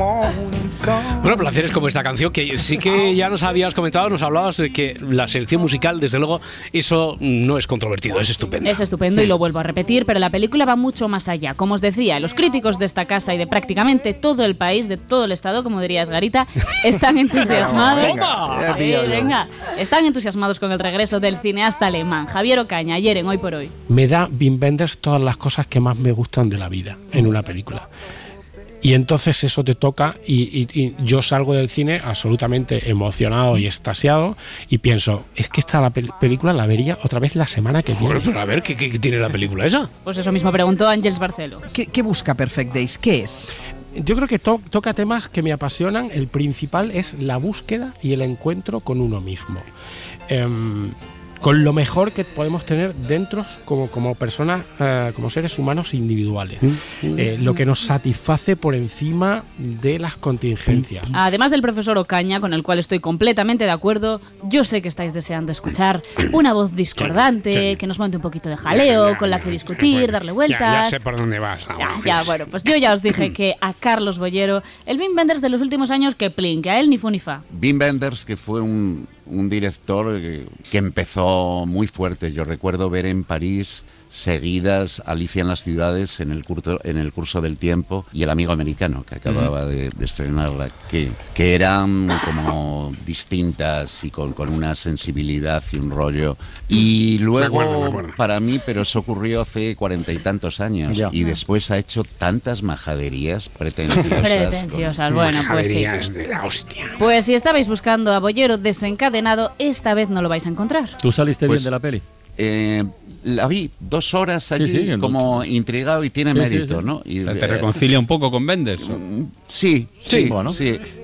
Bueno, placeres como esta canción, que sí que ya nos habías comentado, nos hablabas de que la selección musical, desde luego, eso no es controvertido, es estupendo.
Es estupendo y lo vuelvo a repetir, pero la película va mucho más allá. Como os decía, los críticos de esta casa y de prácticamente todo el país, de todo el estado, como diría Edgarita, están entusiasmados.
Toma.
Eh,
Ya pillo yo.
venga, están entusiasmados con el regreso del cineasta alemán Javier Ocaña ayer en Hoy por Hoy.
me da Wim Wenders todas las cosas que más me gustan de la vida en una película. Y entonces eso te toca y, y- y yo salgo del cine absolutamente emocionado y extasiado y pienso, es que esta la pel- película la vería otra vez la semana que viene.
Bueno, pero a ver, ¿qué, qué- qué tiene la película esa?
Pues eso mismo preguntó Ángels Barcelo.
¿Qué, busca Perfect Days? ¿Qué es? Yo creo que to- toca temas que me apasionan. El principal es la búsqueda y el encuentro con uno mismo. Em, con lo mejor que podemos tener dentro como, como personas, eh, como seres humanos individuales. Eh, lo que nos satisface por encima de las contingencias.
Además del profesor Ocaña, con el cual estoy completamente de acuerdo, yo sé que estáis deseando escuchar una voz
Sí,
discordante,
sí.
que nos monte un poquito de jaleo, con la que discutir, darle vueltas.
por dónde vas.
Ya, ya, bueno, pues yo ya os dije que a Carlos Bollero, el Wim Wenders de los últimos años, que plin, que a él ni fu ni fa.
Wim Wenders, que fue un, un director que, que empezó muy fuerte. Yo recuerdo ver en París seguidas Alicia en las ciudades en el, curto, en el curso del tiempo y El amigo americano, que acababa de, de estrenarla, que, que eran como distintas y con, con una sensibilidad y un rollo. Y luego,
acuerdo, me acuerdo.
para mí, pero eso ocurrió hace cuarenta y tantos años.
Ya.
Y después ha hecho tantas majaderías pretenciosas.
Pretenciosas, bueno, pues sí.
Majaderías
de la hostia.
Pues si estabais buscando a Bollero desencadenado, esta vez no lo vais a encontrar.
¿Tú saliste
bien de la peli?
Pues, eh, la vi dos horas allí
sí, en
como intrigado y tiene
Sí, sí,
mérito,
sí.
¿no? Y,
O sea, te
eh, Mm,
reconcilia un poco con Benders.
Sí, sí,
Sí,
sí.
bueno.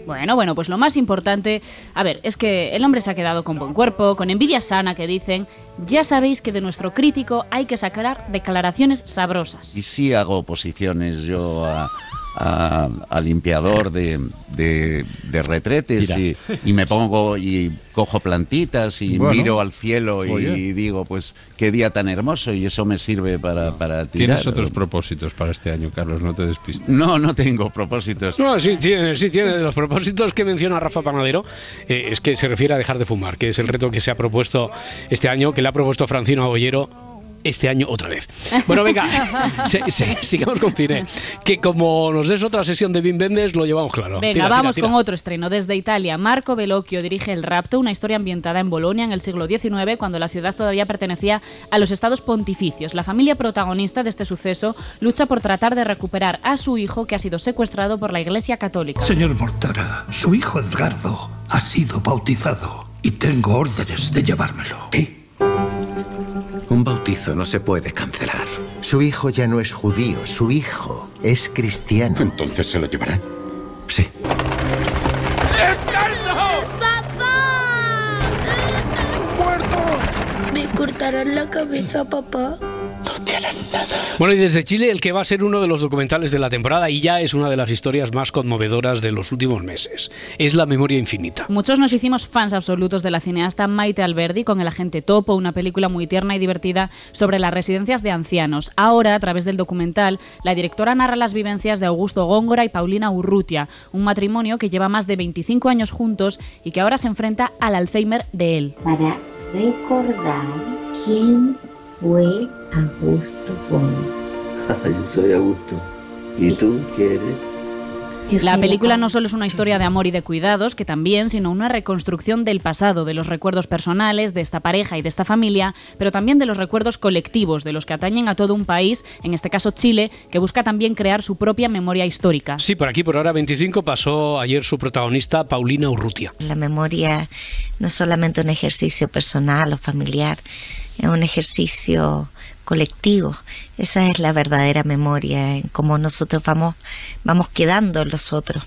Bueno, bueno, pues lo más importante, a ver, es que el hombre se ha quedado con buen cuerpo, con envidia sana que dicen, ya sabéis que de nuestro crítico hay que sacar declaraciones sabrosas.
Y sí hago oposiciones yo a, a- a limpiador de, de- de retretes
Mira.
y, y me pongo y cojo plantitas y
Bueno.
miro al cielo y,
Oye.
digo, pues qué día tan hermoso y eso me sirve para, para tirar.
Tienes otros propósitos para este año, Carlos, no te despistes.
No, no tengo propósitos.
No, sí tiene, sí tiene. De los propósitos que menciona Rafa Panadero, eh, es que se refiere a dejar de fumar, que es el reto que se ha propuesto este año, que le ha propuesto Francino Abollero este año otra vez. Bueno, venga, se- se- sigamos con cine, que como nos des otra sesión de Bim Benders, lo llevamos claro.
Venga,
Tira, tira,
vamos
tira.
con otro estreno desde Italia. Marco Bellocchio dirige El Rapto, una historia ambientada en Bolonia en el siglo XIX, cuando la ciudad todavía pertenecía a los estados pontificios. La familia protagonista de este suceso lucha por tratar de recuperar a su hijo que ha sido secuestrado por la Iglesia Católica.
Señor Mortara, su hijo Edgardo ha sido bautizado y tengo órdenes de llevármelo. ¿eh?
Un bautizo no se puede cancelar. Su hijo ya no es judío, su hijo es cristiano. ¿Entonces se lo llevarán? Sí.
¡Papá! ¡Muerto! ¿Me cortarán la cabeza, papá?
Bueno, y desde Chile, el que va a ser uno de los documentales de la temporada y ya es una de las historias más conmovedoras de los últimos meses, es La Memoria Infinita.
Muchos nos hicimos fans absolutos de la cineasta Maite Alberdi con El Agente Topo, una película muy tierna y divertida sobre las residencias de ancianos. Ahora, a través del documental, la directora narra las vivencias de Augusto Góngora y Paulina Urrutia, un matrimonio que lleva más de 25 años juntos y que ahora se enfrenta al Alzheimer de él.
Para recordar quién fue Augusto Gómez.
Yo soy Augusto. ¿Y tú qué eres?
La película no solo es una historia de amor y de cuidados, que también, sino una reconstrucción del pasado, de los recuerdos personales, de esta pareja y de esta familia, pero también de los recuerdos colectivos, de los que atañen a todo un país, en este caso Chile, que busca también crear su propia memoria histórica.
Sí, por aquí, por ahora 25, pasó ayer su protagonista, Paulina Urrutia.
La memoria no es solamente un ejercicio personal o familiar, es un ejercicio colectivo. Esa es la verdadera memoria, en cómo nosotros vamos, vamos quedando en los otros.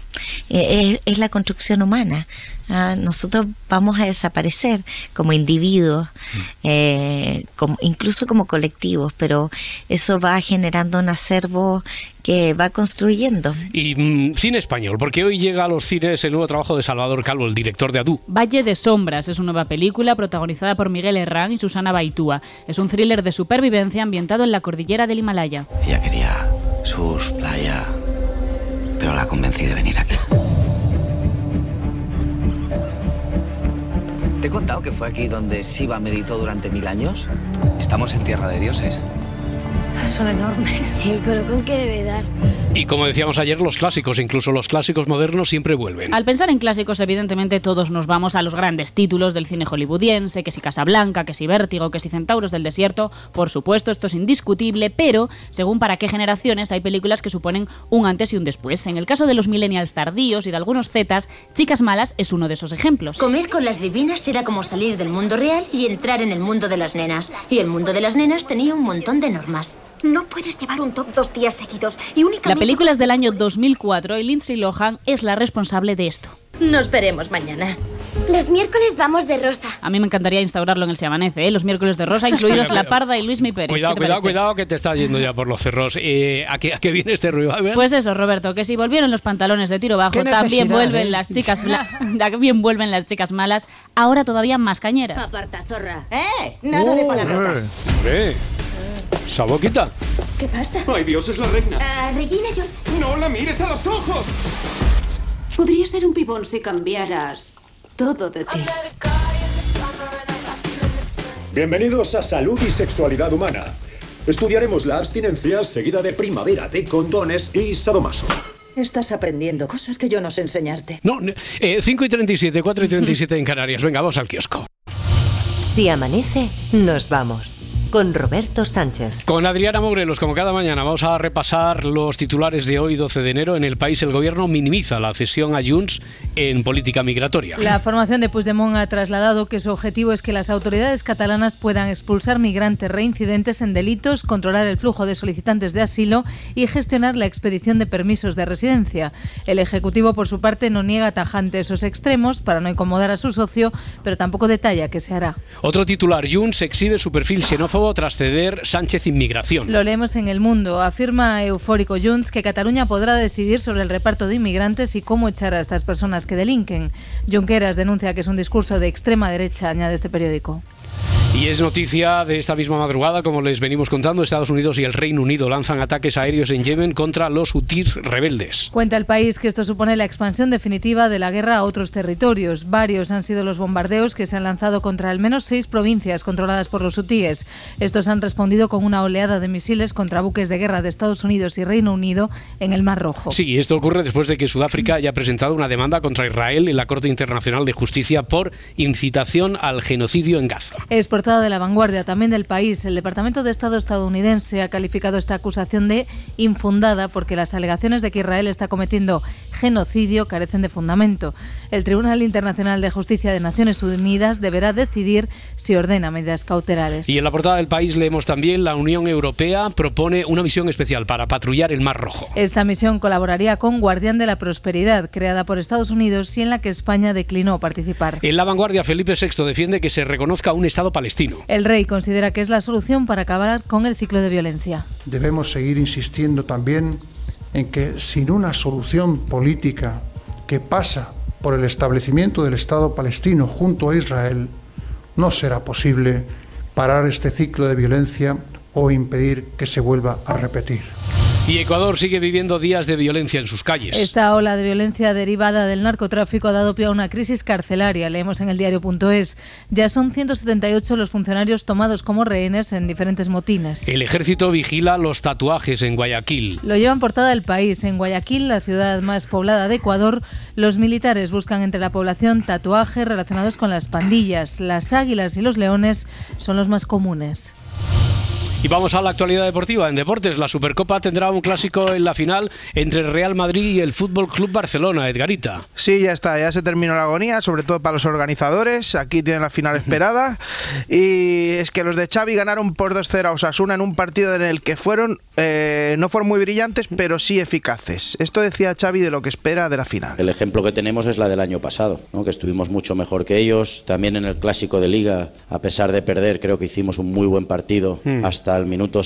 Eh, es, es la construcción humana. Ah, nosotros vamos a desaparecer como individuos, eh, como- incluso como colectivos, pero eso va generando un acervo que va construyendo.
Y mm, cine español, porque hoy llega a los cines el nuevo trabajo de Salvador Calvo, el director de Adú.
Valle de Sombras es una nueva película protagonizada por Miguel Herrán y Susana Baitúa. Es un thriller de supervivencia ambientado en la cordillera del Himalaya.
Ella quería surf, playa, pero la convencí de venir aquí.
¿Te he contado que fue aquí donde Siva meditó durante mil años?
Estamos en tierra de dioses.
Ah, Son enormes. El colocón que debe dar.
Y como decíamos ayer, los clásicos, incluso los clásicos modernos, siempre vuelven.
Al pensar en clásicos, evidentemente todos nos vamos a los grandes títulos del cine hollywoodiense, que si Casablanca, que si Vértigo, que si Centauros del Desierto, por supuesto, esto es indiscutible, pero según para qué generaciones hay películas que suponen un antes y un después. En el caso de los millennials tardíos y de algunos zetas, Chicas Malas es uno de esos ejemplos.
Comer con las divinas era como salir del mundo real y entrar en el mundo de las nenas. Y el mundo de las nenas tenía un montón de normas. No puedes llevar un top dos días seguidos y
La
únicamente...
película es del año 2004 y Lindsay Lohan es la responsable de esto.
Nos veremos mañana. Los miércoles vamos de rosa.
A mí me encantaría instaurarlo en el Se Amanece, ¿eh? los miércoles de Rosa, incluidos La Parda y Luis Mi Pérez.
Cuidado,
¿Qué te
cuidado,
parece?
cuidado, que te estás yendo ya por los cerros. Eh, ¿a, qué, a qué viene este revival?
Pues eso, Roberto, que si volvieron los pantalones de tiro bajo,
Qué
también
necesidad,
vuelven
¿eh?
las chicas bla- también vuelven las chicas malas, ahora todavía más cañeras.
Aparta, zorra.
¡Eh! Nada
Uh,
de palabrotas.
Oh, Eh, esa boquita.
¿Qué pasa? ¡Ay, Dios, es la reina!
Ah,
Regina George. ¡No la mires a los ojos!
Podría ser un pibón si cambiaras todo de ti.
Bienvenidos a Salud y Sexualidad Humana. Estudiaremos la abstinencia seguida de primavera de condones y sadomaso.
Estás aprendiendo cosas que yo no sé enseñarte.
No, ne- eh, 5 y 37, 4 y 37 en Canarias. Venga, vamos al kiosco.
Si amanece, nos vamos.
con Roberto Sánchez.
Con Adriana Morelos, como cada mañana, vamos a repasar los titulares de hoy, 12 de enero. En el país, el gobierno minimiza la cesión a Junts en política migratoria.
La formación de Puigdemont ha trasladado que su objetivo es que las autoridades catalanas puedan expulsar migrantes reincidentes en delitos, controlar el flujo de solicitantes de asilo y gestionar la expedición de permisos de residencia. El Ejecutivo, por su parte, no niega tajante esos extremos para no incomodar a su socio, pero tampoco detalla qué se hará.
Otro titular, Junts exhibe su perfil xenófobo tras ceder Sánchez inmigración.
Lo leemos en El Mundo. Afirma eufórico Junts que Cataluña podrá decidir sobre el reparto de inmigrantes y cómo echar a estas personas que delinquen. Junqueras denuncia que es un discurso de extrema derecha, añade este periódico.
Y es noticia de esta misma madrugada, como les venimos contando, Estados Unidos y el Reino Unido lanzan ataques aéreos en Yemen contra los hutíes rebeldes.
Cuenta el país que esto supone la expansión definitiva de la guerra a otros territorios. Varios han sido los bombardeos que se han lanzado contra al menos seis provincias controladas por los hutíes. Estos han respondido con una oleada de misiles contra buques de guerra de Estados Unidos y Reino Unido en el Mar Rojo.
Sí, esto ocurre después de que Sudáfrica haya presentado una demanda contra Israel en la Corte Internacional de Justicia por incitación al genocidio en Gaza.
Es portada de la vanguardia también del país. El Departamento de Estado estadounidense ha calificado esta acusación de infundada porque las alegaciones de que Israel está cometiendo genocidio carecen de fundamento. El Tribunal Internacional de Justicia de Naciones Unidas deberá decidir si ordena medidas cautelares.
Y en la portada del país leemos también la Unión Europea propone una misión especial para patrullar el Mar Rojo.
Esta misión colaboraría con Guardián de la Prosperidad, creada por Estados Unidos y en la que España declinó participar.
En la vanguardia, Felipe VI defiende que se reconozca un Estado palestino.
El rey considera que es la solución para acabar con el ciclo de violencia.
Debemos seguir insistiendo también en que sin una solución política que pasa por el establecimiento del Estado palestino junto a Israel, no será posible parar este ciclo de violencia o impedir que se vuelva a repetir.
Y Ecuador sigue viviendo días de violencia en sus calles.
Esta ola de violencia derivada del narcotráfico ha dado pie a una crisis carcelaria, leemos en el diario.es. Ya son 178 los funcionarios tomados como rehenes en diferentes motines.
El ejército vigila los tatuajes en Guayaquil.
Lo llevan portada el país. En Guayaquil, la ciudad más poblada de Ecuador, los militares buscan entre la población tatuajes relacionados con las pandillas. Las águilas y los leones son los más comunes.
Y vamos a la actualidad deportiva. En deportes, la Supercopa tendrá un clásico en la final entre el Real Madrid y el Fútbol Club Barcelona, Edgarita.
Sí, ya está, ya se terminó la agonía, sobre todo para los organizadores. Aquí tienen la final esperada. Y es que los de Xavi ganaron por 2-0 a Osasuna en un partido en el que fueron, eh, no fueron muy brillantes, pero sí eficaces. Esto decía Xavi de lo que espera de la final.
El ejemplo que tenemos es la del año pasado, ¿no? que estuvimos mucho mejor que ellos. También en el clásico de liga, a pesar de perder, creo que hicimos un muy buen partido
Mm.
hasta al minuto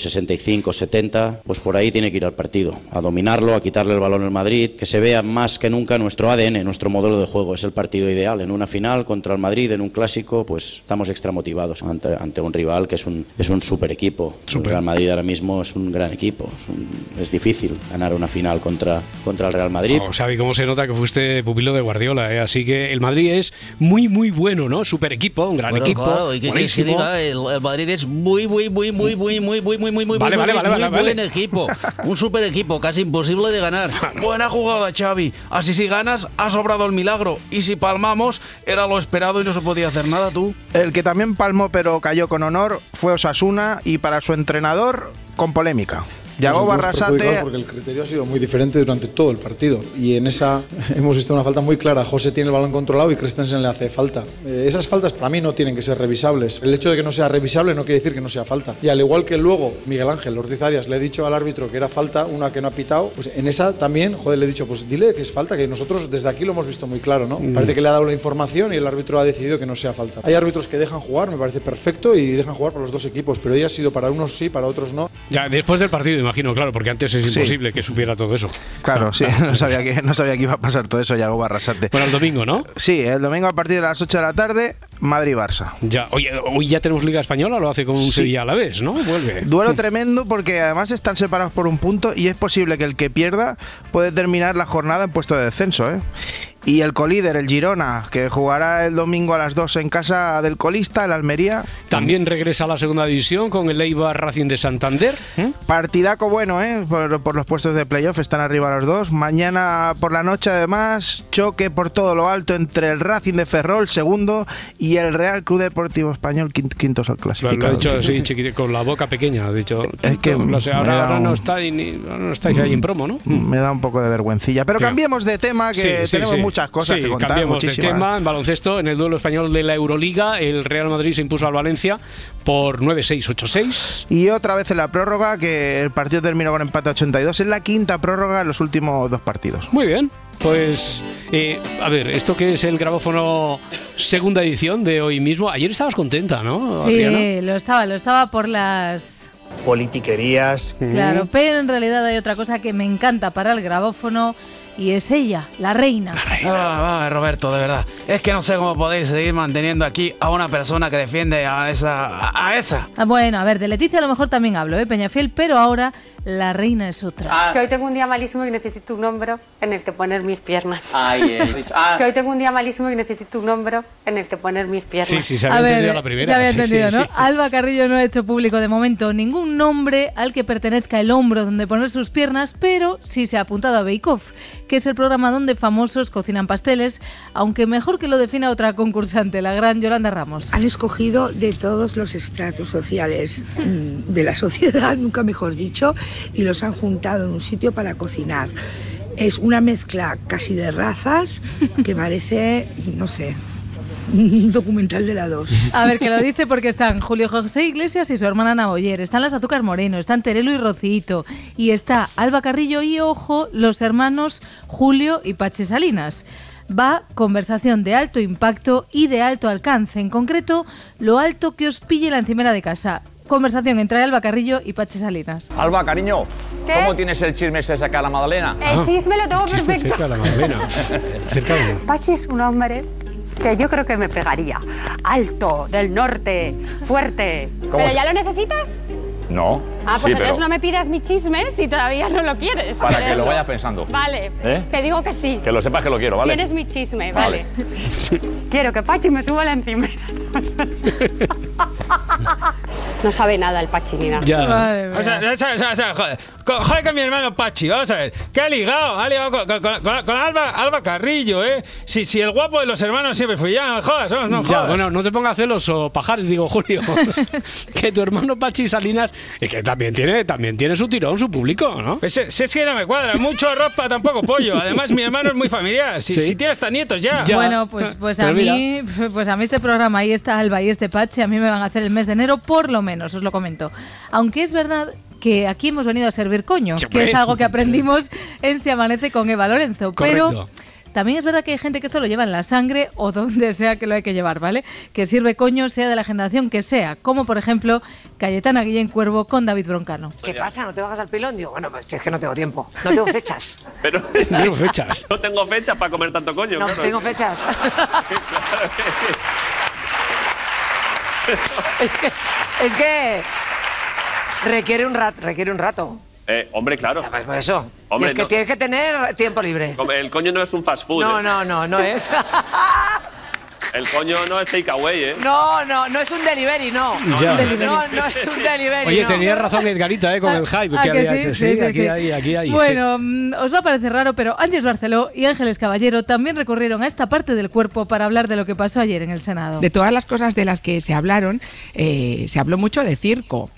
65-70, pues por ahí tiene que ir al partido, a dominarlo, a quitarle el balón al Madrid, que se vea más que nunca nuestro ADN, nuestro modelo de juego, es el partido ideal. En una final contra el Madrid, en un clásico, pues estamos extramotivados ante, ante un rival que es un, es un super equipo. El Real Madrid ahora mismo es un gran equipo, es, un- es difícil ganar una final contra, contra el Real Madrid.
Oh, Xavi, cómo se nota que fuiste pupilo de Guardiola, ¿eh? así que el Madrid es muy, muy bueno, ¿no? Super equipo, un gran
Bueno,
equipo.
claro, y que, que se
buenísimo.
diga, Eh. el, el Madrid es muy, muy, muy, muy, muy, muy, muy, muy, muy, muy,
Vale,
muy,
vale, vale,
muy
vale,
buen
vale.
equipo. Un super equipo, casi imposible de ganar. Buena jugada, Xavi. Así si ganas, ha sobrado el milagro. Y si palmamos, era lo esperado y no se podía hacer nada tú.
El que también palmó pero cayó con honor fue Osasuna y para su entrenador, con polémica. Yago
Nos sentimos perjudicados
Barrasate
Porque el criterio ha sido muy diferente durante todo el partido. Y en esa hemos visto una falta muy clara. José tiene el balón controlado y Christensen le hace falta. Eh, esas faltas para mí no tienen que ser revisables. El hecho de que no sea revisable no quiere decir que no sea falta. Y al igual que luego Miguel Ángel Ortiz Arias le he dicho al árbitro que era falta, una que no ha pitado, pues en esa también, joder, le he dicho, pues dile que es falta, que nosotros desde aquí lo hemos visto muy claro, ¿no?
Mm.
Parece que le ha dado la información y el árbitro ha decidido que no sea falta. Hay árbitros que dejan jugar, me parece perfecto, y dejan jugar por los dos equipos, pero ella ha sido para unos sí, para otros no.
Ya, después del partido, imagino, claro, porque antes es
Sí.
imposible que supiera todo eso.
Claro, sí, no sabía, que, no sabía que iba a pasar todo eso, Yago Barrasate.
Bueno, el domingo, ¿no?
Sí, el domingo a partir de las 8 de la tarde, Madrid-Barça.
Ya, hoy, hoy ya tenemos Liga Española, lo hace con un Sevilla a la vez, ¿no? Vuelve.
Duelo tremendo porque además están separados por un punto y es posible que el que pierda puede terminar la jornada en puesto de descenso. ¿eh? Y el colíder, el Girona, que jugará el domingo a las 2 en casa del colista, el Almería.
También regresa a la segunda división con el Eibar Racing de Santander.
Partidaco bueno, ¿eh? Por, por los puestos de playoff están arriba los dos. Mañana por la noche, además, choque por todo lo alto entre el Racing de Ferrol, segundo, y el Real Club Deportivo Español, quin- quintos al
Lo, lo
clasificado.
ha dicho así, chiquito, con la boca pequeña. Ha dicho.
Es que
no sé,
me da
ahora, ahora no,
un-
estáis ni- ahora no estáis ahí en promo, ¿no?
Mm. Me da un poco de vergüencilla. Pero
Sí.
cambiemos de tema, que
Sí, sí,
tenemos
sí.
muchas cosas
Sí,
que contar.
cambiemos de
muchísimas.
tema. En baloncesto, en el duelo español de la Euroliga, el Real Madrid se impuso al Valencia por 9-6-8-6.
Y otra vez en la prórroga, que el partido terminó con empate a 82. Es la quinta prórroga en los últimos dos partidos.
Muy bien. Pues, eh, a ver, esto que es el grabófono segunda edición de hoy mismo. Ayer estabas contenta, ¿no? Adriana?
Sí, lo estaba, lo estaba por las...
Politiquerías.
Mm.
Claro, pero en realidad hay otra cosa que me encanta para el grabófono y es ella, la reina.
Ah, vale, Roberto, de verdad. Es que no sé cómo podéis seguir manteniendo aquí a una persona que defiende a esa. a, a esa.
Ah, Bueno, a ver, de Leticia a lo mejor también hablo, ¿eh, Peñafiel? Pero ahora la reina es
Ah.
otra.
Que hoy tengo un día malísimo y necesito un hombro en el que poner mis piernas.
Ay, eh, ah.
Que hoy tengo un día malísimo y necesito un hombro en el que poner mis piernas.
Sí, sí, se había
A ver,
entendido la primera.
Se había
Sí, sí,
entendido, ¿no?
sí.
Alba Carrillo no ha hecho público de momento ningún nombre al que pertenezca el hombro donde poner sus piernas, pero sí se ha apuntado a Bake Off, que es el programa donde famosos cocinan pasteles, aunque mejor que lo defina otra concursante, la gran Yolanda Ramos.
Han escogido de todos los estratos sociales mm, de la sociedad, nunca mejor dicho, y los han juntado en un sitio para cocinar. Es una mezcla casi de razas que parece, no sé, un documental de la 2.
A ver, que lo dice porque están Julio José Iglesias y su hermana Ana Boyer, están las Azúcar Moreno, están Terelo y Rocito, y está Alba Carrillo y, ojo, los hermanos Julio y Pache Salinas. Va conversación de alto impacto y de alto alcance, en concreto, lo alto que os pille la encimera de casa. Conversación entre Alba Carrillo y Pache Salinas.
Alba, cariño,
¿Qué?
¿cómo tienes el chisme ese acá a la Madalena?
Ah,
Ah,
El chisme lo tengo perfecto.
Cerca de
Pachi es un hombre que yo creo que me pegaría. Alto, del norte, fuerte.
¿Cómo ¿Pero es? ya
lo necesitas?
No.
Ah, pues
sí,
entonces
pero
no me pidas mi chisme si todavía no lo quieres.
Para que lo vayas pensando.
Vale,
¿Eh?
te digo que sí.
Que lo sepas que lo quiero, ¿vale?
Tienes mi chisme, vale. Quiero que Pachi me suba a la encimera. no sabe nada el Pachi ni nada.
O sea, o sea, o sea, o sea, joder. Co- Joder con mi hermano Pachi, vamos a ver. Que ha ligado, ha ligado con, con- con- con Alba, Alba Carrillo, ¿eh? Si, si el guapo de los hermanos siempre fui ya, no jodas, no, no
Ya,
jodas.
bueno, no te pongas celoso, pajares, digo, Julio. que tu hermano Pachi Salinas, es que también tiene, también tiene su tirón, su público, ¿no?
Pues si, si es que no me cuadra, mucho arroz para tampoco pollo. Además, mi hermano es muy familiar. Si,
Sí.
si tiene hasta nietos ya.
Ah,
Bueno, pues, pues, a mí, pues a mí este programa y esta Alba y este Pache a mí me van a hacer el mes de enero por lo menos, os lo comento. Aunque es verdad que aquí hemos venido a servir coño,
Sí,
que
hombre.
es algo que aprendimos en Se Amanece con Eva Lorenzo.
Correcto.
Pero también es verdad que hay gente que esto lo lleva en la sangre o donde sea que lo hay que llevar, ¿vale? Que sirve coño sea de la generación que sea, como por ejemplo Cayetana Guillén Cuervo con David Broncano.
¿Qué pasa? ¿No te bajas al pilón? Digo, bueno, pues si es que no tengo tiempo. No tengo fechas.
Pero
No tengo fechas.
No tengo fechas para comer tanto coño.
No
claro.
tengo fechas. es que requiere un rato, requiere un rato.
Eh, hombre, claro.
por pues, eso.
Hombre,
y es que
no.
tienes que tener tiempo libre.
Come- El coño no es un fast food.
No,
eh.
no, no, no es.
El coño no es takeaway, ¿eh?
No, no, no es un delivery, no.
Ya.
No, no es un delivery.
Oye,
no.
tenías razón Edgarita, ¿eh? Con el hype
¿A
que
Ah, que
había
sí?
hecho.
Sí, sí,
aquí
sí.
hay, aquí hay. sí.
Bueno, mm, os va a parecer raro, pero Ángeles Barceló y Ángeles Caballero también recurrieron a esta parte del cuerpo para hablar de lo que pasó ayer en el Senado.
De todas las cosas de las que se hablaron, eh, se habló mucho de circo.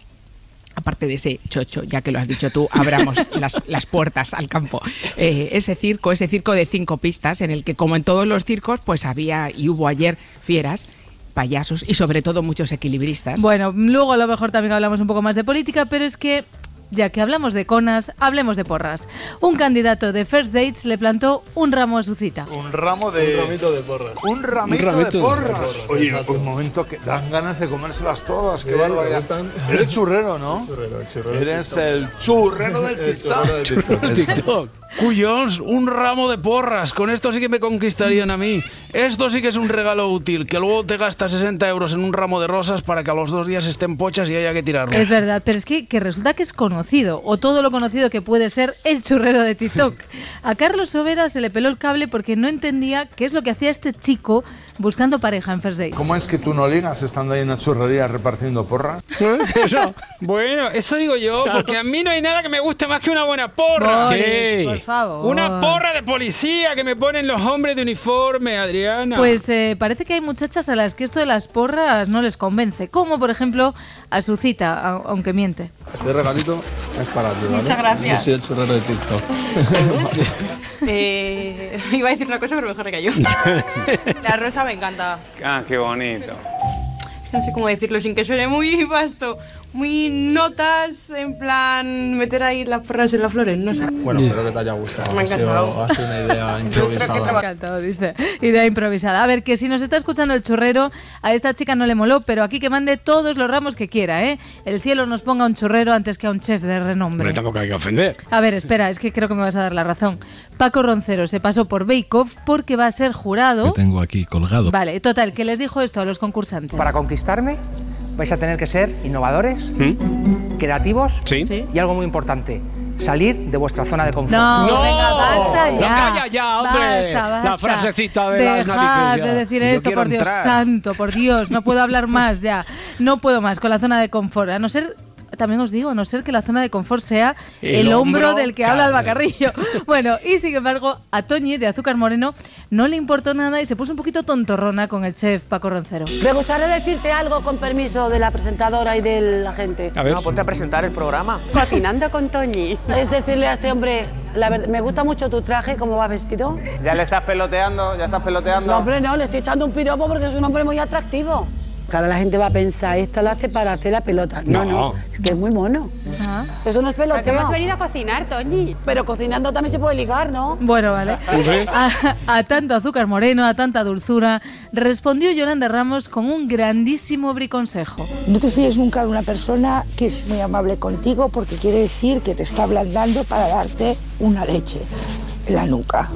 Aparte de ese chocho, ya que lo has dicho tú, abramos las, las puertas al campo. Eh, ese circo, ese circo de cinco pistas, en el que, como en todos los circos, pues había y hubo ayer fieras, payasos y sobre todo muchos equilibristas.
Bueno, mm, luego a lo mejor también hablamos un poco más de política, pero es que ya que hablamos de conas, hablemos de porras. Un candidato de First Dates le plantó un ramo a su cita.
Un ramo de. Un ramito de porras. Un ramito,
ramito de
de porras.
porras,
Oye, un momento que dan ganas de comérselas todas. Qué
Sí, me
barbaridad.
gustan.
Eres churrero, ¿no?
Churrero, churrero.
Eres
TikTok.
el churrero del
El churrero del
TikTok.
TikTok.
Churrero del TikTok.
Cuyons, un ramo de porras. Con esto sí que me conquistarían a mí.
Esto sí que es un regalo útil, que luego te gastas 60 euros en un ramo de rosas para que a los dos días estén pochas y haya que tirarlo.
Es verdad, pero es que, que resulta que es conocido, o todo lo conocido que puede ser el churrero de TikTok. A Carlos Sobera se le peló el cable porque no entendía qué es lo que hacía este chico buscando pareja en First Date.
¿Cómo es que tú no ligas estando ahí en la churrería repartiendo porras?
Eso. Bueno, eso digo yo, porque a mí no hay nada que me guste más que una buena porra.
Boris, Sí. por favor.
Una porra de policía que me ponen los hombres de uniforme, Adriana.
Pues eh, parece que hay muchachas a las que esto de las porras no les convence, como por ejemplo a su cita, a- aunque miente.
Este regalito es para ti, ¿vale?
Muchas gracias.
Yo soy el churrero de TikTok.
Eh, iba a decir una cosa, pero mejor me cayó. La rosa me encanta.
Ah, qué bonito.
No sé cómo decirlo sin que suene muy vasto. Muy notas, en plan, meter ahí las porras en las flores, no sé.
Bueno, espero que te haya gustado.
Me ha
ha, sido,
encantado.
ha sido una idea
Me ha
improvisada.
encantado, dice. Idea improvisada. A ver, que si nos está escuchando el churrero, a esta chica no le moló, pero aquí que mande todos los ramos que quiera, ¿eh? El cielo nos ponga un churrero antes que a un chef de renombre.
Hombre, tampoco hay que ofender.
A ver, espera, es que creo que me vas a dar la razón. Paco Roncero se pasó por Bake Off porque va a ser jurado.
Tengo aquí colgado.
Vale, total, que les dijo esto a los concursantes.
Para conquistarme vais a tener que ser innovadores,
¿Mm?
creativos y algo muy importante, salir de vuestra zona de confort.
No, venga, basta ya.
No, calla ya, hombre.
Basta, basta.
La frasecita de las
Dejad
narices ya.
de decir
Yo
esto,
quiero
por Dios
entrar.
santo, por Dios. No puedo hablar más ya. No puedo más con la zona de confort. A no ser... También os digo, a no ser que la zona de confort sea el,
El
hombro,
hombro,
del que habla el bacarrillo. Bueno, y sin embargo, a Toñi de Azúcar Moreno no le importó nada y se puso un poquito tontorrona con el chef Paco Roncero.
Me gustaría decirte algo con permiso de la presentadora y de la gente.
A ver.
No, ponte a presentar el programa. Cocinando con Toñi. Es decirle a este hombre, la verdad, me gusta mucho tu traje, cómo vas vestido.
Ya le estás peloteando, ya estás peloteando.
No, hombre, no, le estoy echando un piropo porque es un hombre muy atractivo. Claro, la gente va a pensar, esto lo hace para hacer la pelota. No, no,
No.
es que es muy mono. Eso no
Ah,
es peloteo. Porque hemos venido a cocinar, Toñi. Pero cocinando también se puede ligar, ¿no?
Bueno, vale.
Hombre.
A, a tanto azúcar moreno, a tanta dulzura, respondió Yolanda Ramos con un grandísimo briconsejo.
No te fíes nunca de una persona que es muy amable contigo porque quiere decir que te está ablandando para darte una leche en la nuca.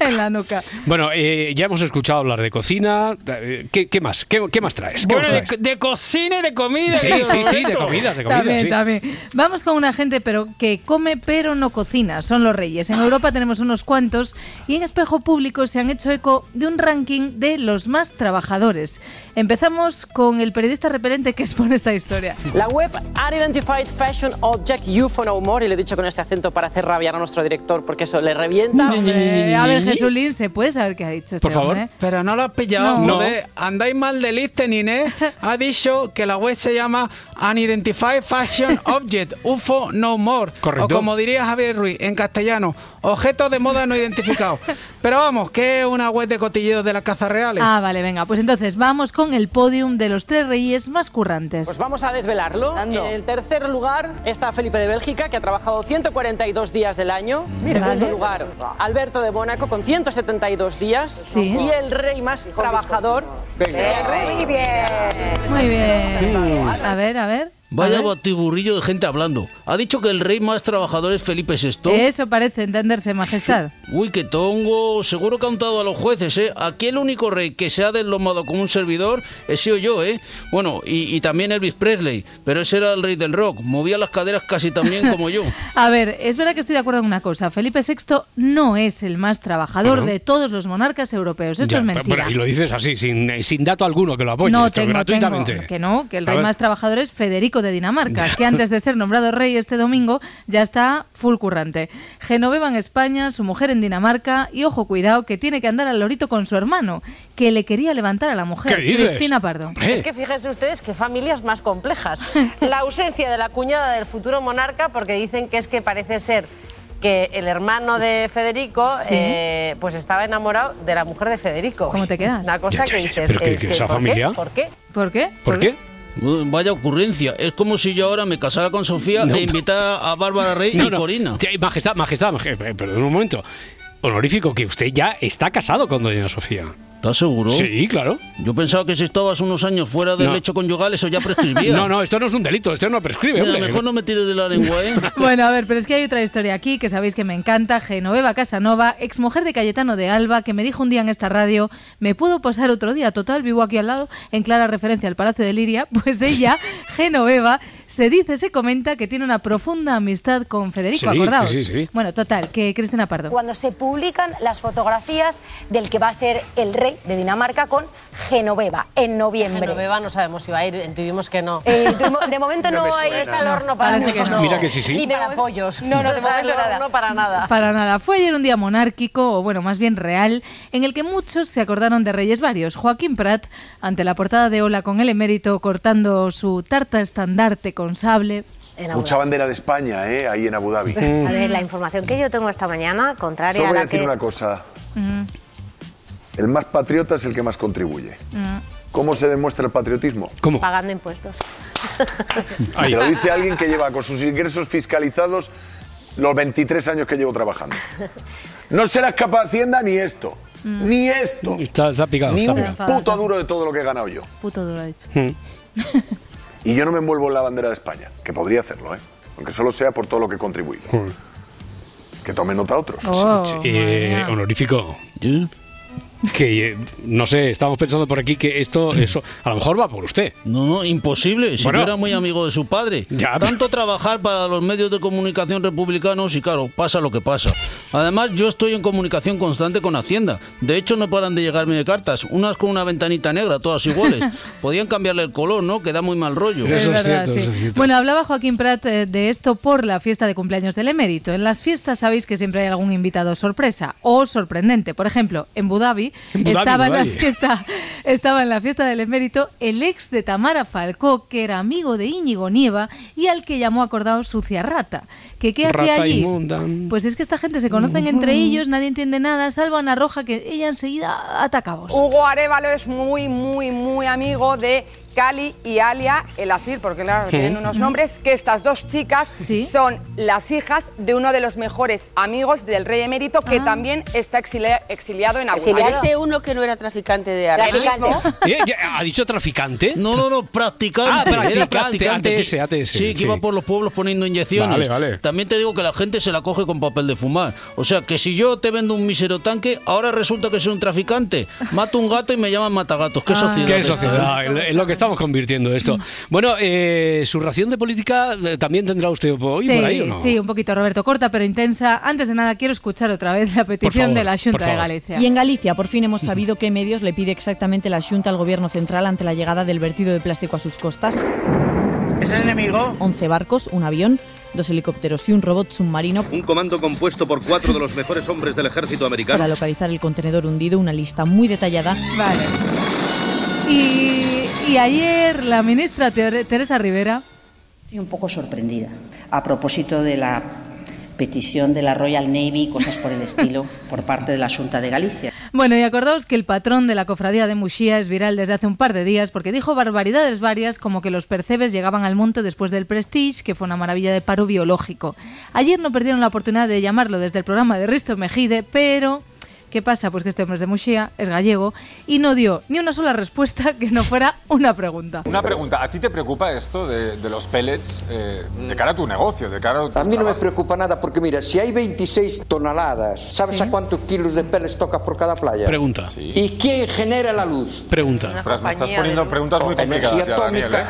en la nuca.
Bueno, eh, ya hemos escuchado hablar de cocina. eh, ¿Qué, qué más? ¿Qué, qué más traes? ¿Qué
Bueno,
más
de,
traes?
de cocina y de comida.
Sí,
querido
sí, sí, de
Roberto.
comidas, de
También,
sí.
también. Vamos con una gente pero que come pero no cocina, son los reyes. En Europa tenemos unos cuantos y en Espejo Público se han hecho eco de un ranking de los más trabajadores. Empezamos con el periodista repelente que expone esta historia.
La web Unidentified Fashion Object UFO No More, y le he dicho con este acento para hacer rabiar a nuestro director porque eso le revienta.
Eh, a ver, Jesulín, ¿se puede saber qué ha dicho este hombre?
Pero no lo has
pillado, No. joder.
Andáis mal de listening, ¿eh? Ha dicho que la web se llama Unidentified Fashion Object UFO No More.
Correcto.
O como diría Javier Ruiz, en castellano, objetos de moda no identificados. Pero vamos, que es una web de cotilleos de las cazas reales.
Ah, vale, venga. Pues entonces vamos con el podium de los tres reyes más currantes.
Pues vamos a desvelarlo. En el tercer lugar está Felipe de Bélgica, que ha trabajado 142 días del año.
Mira,
en segundo
vale.
lugar, Alberto de Mónaco, con 172 días.
Sí.
Y el rey más trabajador. el rey.
Muy bien.
Muy bien. Eh, A ver, a ver.
A
Vaya
ver.
batiburrillo de gente hablando. Ha dicho que el rey más trabajador es Felipe VI.
¿Eh?
Eso parece entenderse, majestad.
Uy, qué tongo. Seguro que ha untado a los jueces, ¿eh? Aquí el único rey que se ha deslomado con un servidor he sido yo, ¿eh? Bueno, y, y también Elvis Presley. Pero ese era el rey del rock. Movía las caderas casi tan bien como yo.
A ver, es verdad que estoy de acuerdo en una cosa. Felipe VI no es el más trabajador
Ajá.
de todos los monarcas europeos. Esto
Ya,
es
pero-
mentira.
pero- y lo dices así, sin, eh, sin dato alguno que lo apoye,
no,
esto,
tengo,
gratuitamente.
tengo. Que no, que el
A
rey
ver.
más trabajador es Federico de Dinamarca, que antes de ser nombrado rey este domingo ya está full currante. Genoveva en España, su mujer en Dinamarca y ojo, cuidado, que tiene que andar al lorito con su hermano, que le quería levantar a la mujer,
¿Qué dices?
Cristina Pardo.
Es que fíjense ustedes qué familias más complejas. La ausencia de la cuñada del futuro monarca, porque dicen que es que parece ser que el hermano de Federico
Sí.
eh, pues estaba enamorado de la mujer de Federico.
¿Cómo te quedas?
Una cosa
Ya,
que
ya, ya,
dices,
pero que- que esa
¿por qué?
familia.
¿Por qué?
¿Por qué?
qué? Vaya ocurrencia. Es como si yo ahora me casara con Sofía
No.
e invitara a Bárbara Rey
No,
y
no.
Corina.
Sí, eh, Majestad, majestad, majestad, perdón un momento. Honorífico, que usted ya está casado con Doña Sofía.
¿Estás seguro?
Sí, claro.
Yo pensaba que si estabas unos años fuera del
No.
lecho conyugal, eso ya prescribía.
No, no, esto no es un delito, esto no prescribe.
Mira,
hombre.
mejor no me tires de la lengua, ¿eh?
Bueno, a ver, pero es que hay otra historia aquí que sabéis que me encanta. Genoveva Casanova, exmujer de Cayetano de Alba, que me dijo un día en esta radio, me puedo pasar otro día, total, vivo aquí al lado, en clara referencia al Palacio de Liria, pues ella, Genoveva, se dice, se comenta que tiene una profunda amistad con Federico,
Sí,
acordaos.
sí, sí, sí.
Bueno, total, que Cristina Pardo.
Cuando se publican las fotografías del que va a ser el rey de Dinamarca con Genoveva en noviembre.
Genoveva no sabemos si va a ir, intuimos que no.
Eh, de, mo- de momento
No
no,
me
hay
suena.
está el horno para
Parece que no.
Mira que sí, sí.
Ni para
pollos.
No, no, de
Está el
momento nada.
horno para nada.
Para nada. Fue ayer un día monárquico, o bueno, más bien real, en el que muchos se acordaron de Reyes Varios. Joaquín Prat, ante la portada de Ola con el emérito cortando su tarta estandarte con sable.
Mucha bandera de España, ¿eh? Ahí en Abu Dhabi.
Mm. A ver, la información que yo tengo esta mañana, contraria a
Solo voy a
la
decir
que...
una cosa.
Mm,
El más patriota es el que más contribuye.
mm,
¿Cómo se demuestra el patriotismo?
Pagando impuestos.
Te lo dice alguien que lleva con sus ingresos fiscalizados los 23 años que llevo trabajando. No serás capaz Hacienda ni esto.
Mm.
Ni esto.
Está, está picado.
Ni
está
un
picado.
puto duro de todo lo que he ganado yo.
Puto duro, ha dicho.
Y yo no me envuelvo en la bandera de España, que podría hacerlo, ¿eh? aunque solo sea por todo lo que he contribuido. Que tomen nota otros.
Oh,
Sí, eh, honorífico. Que eh, no sé, estamos pensando por aquí que esto, eso, a lo mejor va por usted.
No, no, imposible. Si
Bueno.
yo era muy amigo de su padre.
Ya.
Tanto trabajar para los medios de comunicación republicanos y claro, pasa lo que pasa. Además, yo estoy en comunicación constante con Hacienda. De hecho, no paran de llegarme cartas, unas con una ventanita negra, todas iguales. Podían cambiarle el color, ¿no? Que da muy mal rollo.
Es verdad, sí. Bueno, hablaba Joaquín Prat eh, de esto por la fiesta de cumpleaños del emérito. En las fiestas sabéis que siempre hay algún invitado sorpresa o sorprendente. Por ejemplo, en Abu Dhabi,
En Budapest,
estaba, en la
Budapest.
fiesta, estaba en la fiesta del emérito el ex de Tamara Falcó, que era amigo de Íñigo Nieva y al que llamó acordado sucia rata. ¿Que ¿Qué hacía
Rata
allí?
inmunda.
Pues es que esta gente se conocen entre ellos, nadie entiende nada, salvo a Ana Roja, que ella enseguida atacaba.
Hugo Arevalo es muy, muy, muy amigo de Cali y Alia El Asir, porque claro,
Sí.
tienen unos nombres, que estas dos chicas son las hijas de uno de los mejores amigos del rey emérito, que
Ah.
también está exilia- exiliado en Abu Dhabi.
Exiliaste uno que no era traficante de armas.
Traficante.
Eh, ya, ¿Ha dicho traficante?
No, no, no,
Ah,
practicante. Era
practicante, ATS, ATS.
Sí, que iba por los pueblos poniendo inyecciones.
Vale, vale.
También te digo que la gente se la coge con papel de fumar. O sea, que si yo te vendo un mísero tanque, ahora resulta que soy un traficante. Mato un gato y me llaman matagatos. ¿Qué sociedad?
Ah. ¿Qué
es esta,
sociedad?
eh?
En- En lo que estamos convirtiendo esto. Bueno, eh, su ración de política eh, también tendrá usted hoy
sí,
por ahí, ¿o no?
sí, un poquito, Roberto, corta pero intensa. Antes de nada, quiero escuchar otra vez la petición
favor,
de la
por
Junta de
favor.
Galicia.
Y en Galicia por fin hemos sabido qué medios le pide exactamente la Junta al Gobierno Central ante la llegada del vertido de plástico a sus costas. ¿Es el enemigo? 11 barcos, un avión, dos helicópteros y un robot submarino Un comando compuesto por cuatro de los mejores hombres del ejército para americano. localizar el contenedor hundido, una lista muy detallada.
Vale. Y, y ayer la ministra Ter- Teresa Rivera.
Estoy un poco sorprendida a propósito de la petición de la Royal Navy y cosas por el estilo por parte de la Junta de Galicia.
Bueno, y acordaos que el patrón de la cofradía de Muxía es viral desde hace un par de días porque dijo barbaridades varias como que los percebes llegaban al monte después del Prestige, que fue una maravilla de paro biológico. Ayer no perdieron la oportunidad de llamarlo desde el programa de Risto Mejide, pero... ¿Qué pasa? Pues que este hombre es de Muxía, es gallego, y no dio ni una sola respuesta que no fuera una pregunta.
Una pregunta, ¿a ti te preocupa esto de, de los pellets eh, de cara a tu negocio, de cara a tu
A mí no me preocupa nada porque mira, si hay 26 toneladas, ¿sabes a cuántos kilos de peles tocas por cada playa?
Pregunta.
¿Y quién genera la luz?
Pregunta.
Ostras, me estás poniendo preguntas muy complicadas ya, Daniel, ¿eh?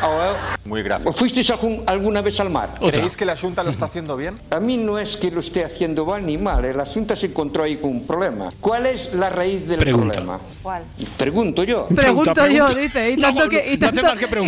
Muy
¿O
gráficas.
fuisteis algún- alguna vez al mar?
Otra. ¿Creéis que la Junta lo está haciendo bien?
A mí no es que lo esté haciendo mal ni mal, el asunto se encontró ahí con un problema. ¿Cuál es la raíz del
Pregunta.
problema?
¿Cuál?
Pregunto yo.
Pregunto yo, dice. Y tanto, que, y, tanto, y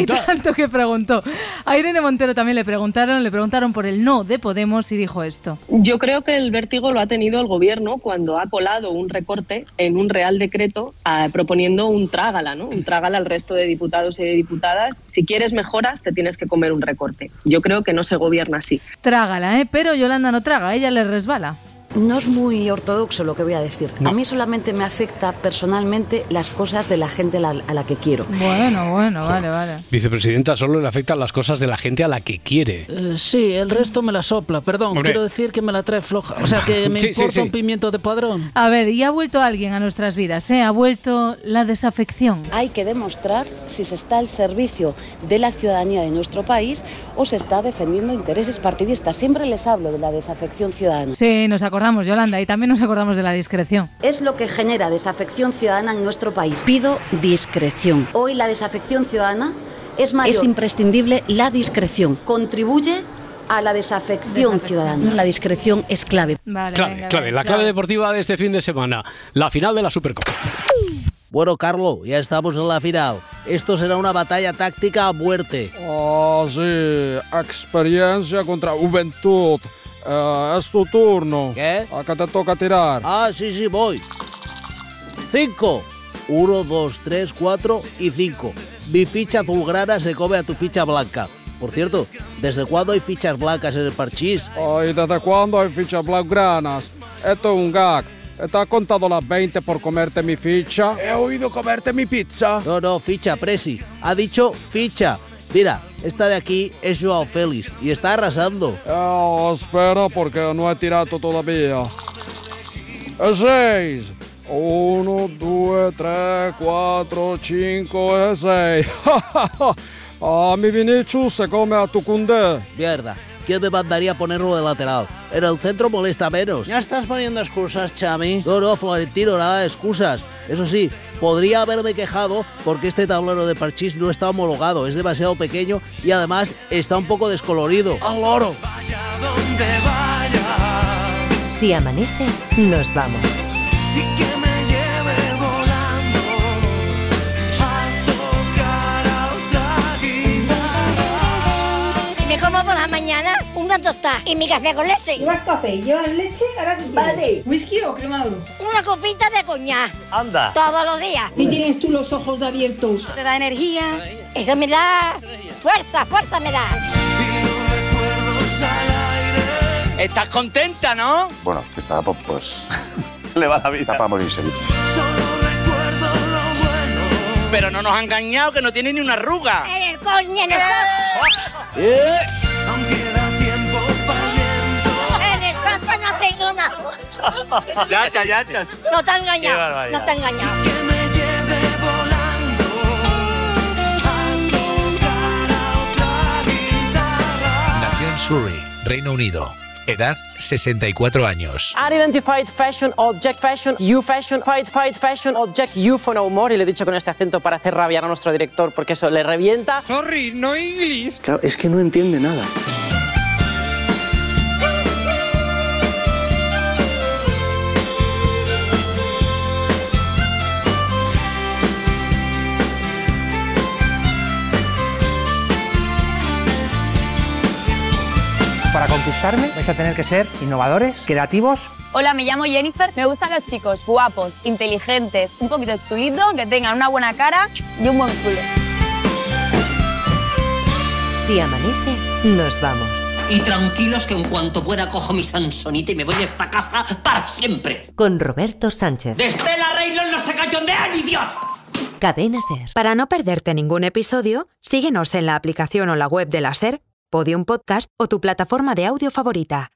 tanto que preguntó. A Irene Montero también le preguntaron, le preguntaron por el no de Podemos y dijo esto.
Yo creo que el vértigo lo ha tenido el gobierno cuando ha colado un recorte en un real decreto ah, proponiendo un trágala, ¿no? Un trágala al resto de diputados y de diputadas. Si quieres mejoras, te tienes que comer un recorte. Yo creo que no se gobierna así.
Trágala, ¿eh? Pero Yolanda no traga, ella le resbala.
No es muy ortodoxo lo que voy a decir.
No.
A mí solamente me afecta personalmente las cosas de la gente a la, a la que quiero.
Bueno, bueno, vale, vale.
Vicepresidenta, solo le afectan las cosas de la gente a la que quiere.
Eh, sí, el resto me la sopla, perdón.
Hombre.
Quiero decir que me la trae floja. O sea, que me
Sí, sí,
importa
sí.
un pimiento de padrón.
A ver, y ha vuelto alguien a nuestras vidas, ¿eh? Ha vuelto la desafección.
Hay que demostrar si se está al servicio de la ciudadanía de nuestro país o se está defendiendo intereses partidistas. Siempre les hablo de la desafección ciudadana.
Sí, nos acordamos, Yolanda, y también nos acordamos de la discreción.
Es lo que genera desafección ciudadana en nuestro país. Pido discreción. Hoy la desafección ciudadana es mayor.
Es
imprescindible la discreción. Contribuye a la desafección ciudadana. La discreción es clave.
clave, clave. La clave deportiva de este fin de semana. La final de la Supercopa.
Bueno, Carlo, ya estamos en la final. Esto será una batalla táctica a muerte.
Oh, sí, experiencia contra juventud. Eh, es tu turno. ¿Qué? Acá te toca tirar.
Ah, sí, sí, voy. Cinco. Uno, dos, tres, cuatro y cinco. Mi ficha azulgrana se come a tu ficha blanca. Por cierto, ¿desde cuándo hay fichas blancas en el parchís?
Oh, ¿y desde cuándo hay fichas blaugranas? Esto es un gag. ¿Te has contado las 20 por comerte mi ficha? He oído comerte mi pizza.
No, no, ficha, Presi. Ha dicho ficha. Mira, esta de aquí es Joao Félix y está arrasando.
Oh, espera, porque no he tirado todavía. Es seis. Uno, dos, tres, cuatro, cinco, es seis. a mi Vinicius se come a tu cundé.
Mierda, ¿quién me mandaría a ponerlo de lateral? En el centro molesta menos. ¿Ya estás poniendo excusas, Chami? No, no, Florentino, nada de excusas. Eso sí, podría haberme quejado porque este tablero de parchís no está homologado, es demasiado pequeño y además está un poco descolorido. ¡Al oro!
Si amanece, nos vamos.
Me como por la mañana una tostada y mi café con leche. ¿Llevas café? ¿Llevas leche? Ahora Vale. ¿Whisky o crema de Una copita de coñac.
Anda.
Todos los días. ¿Y tienes tú los ojos abiertos? Te da energía. Eso me da fuerza, fuerza me da.
¿Estás contenta, no?
Bueno, que está pues, pues se le va la vida. Está para morirse.
Pero no nos ha engañado, que no tiene ni una arruga.
El coño en el saco.
Eh,
En el saco no tengo nada.
Ya está, ya está.
No te ha
Qué
engañado,
barbaridad.
no te ha engañado.
Nación Surrey, Reino Unido. Edad 64 años.
Unidentified fashion object fashion you fashion fight fight fashion object you for no more y le he dicho con este acento para hacer rabiar a nuestro director porque eso le revienta. Sorry, no English.
Claro, es que no entiende nada.
Para conquistarme vais a tener que ser innovadores, creativos
Hola, me llamo Jennifer. Me gustan los chicos guapos, inteligentes, un poquito chulitos, que tengan una buena cara y un buen culo.
Si amanece, nos vamos.
Y tranquilos que en cuanto pueda cojo mi Sansonita y me voy de esta casa para siempre.
Con Roberto Sánchez.
Desde la Reynolds no se cachondean, Dios.
Cadena Ser. Para no perderte ningún episodio, síguenos en la aplicación o la web de la Ser, Podium Podcast o tu plataforma de audio favorita.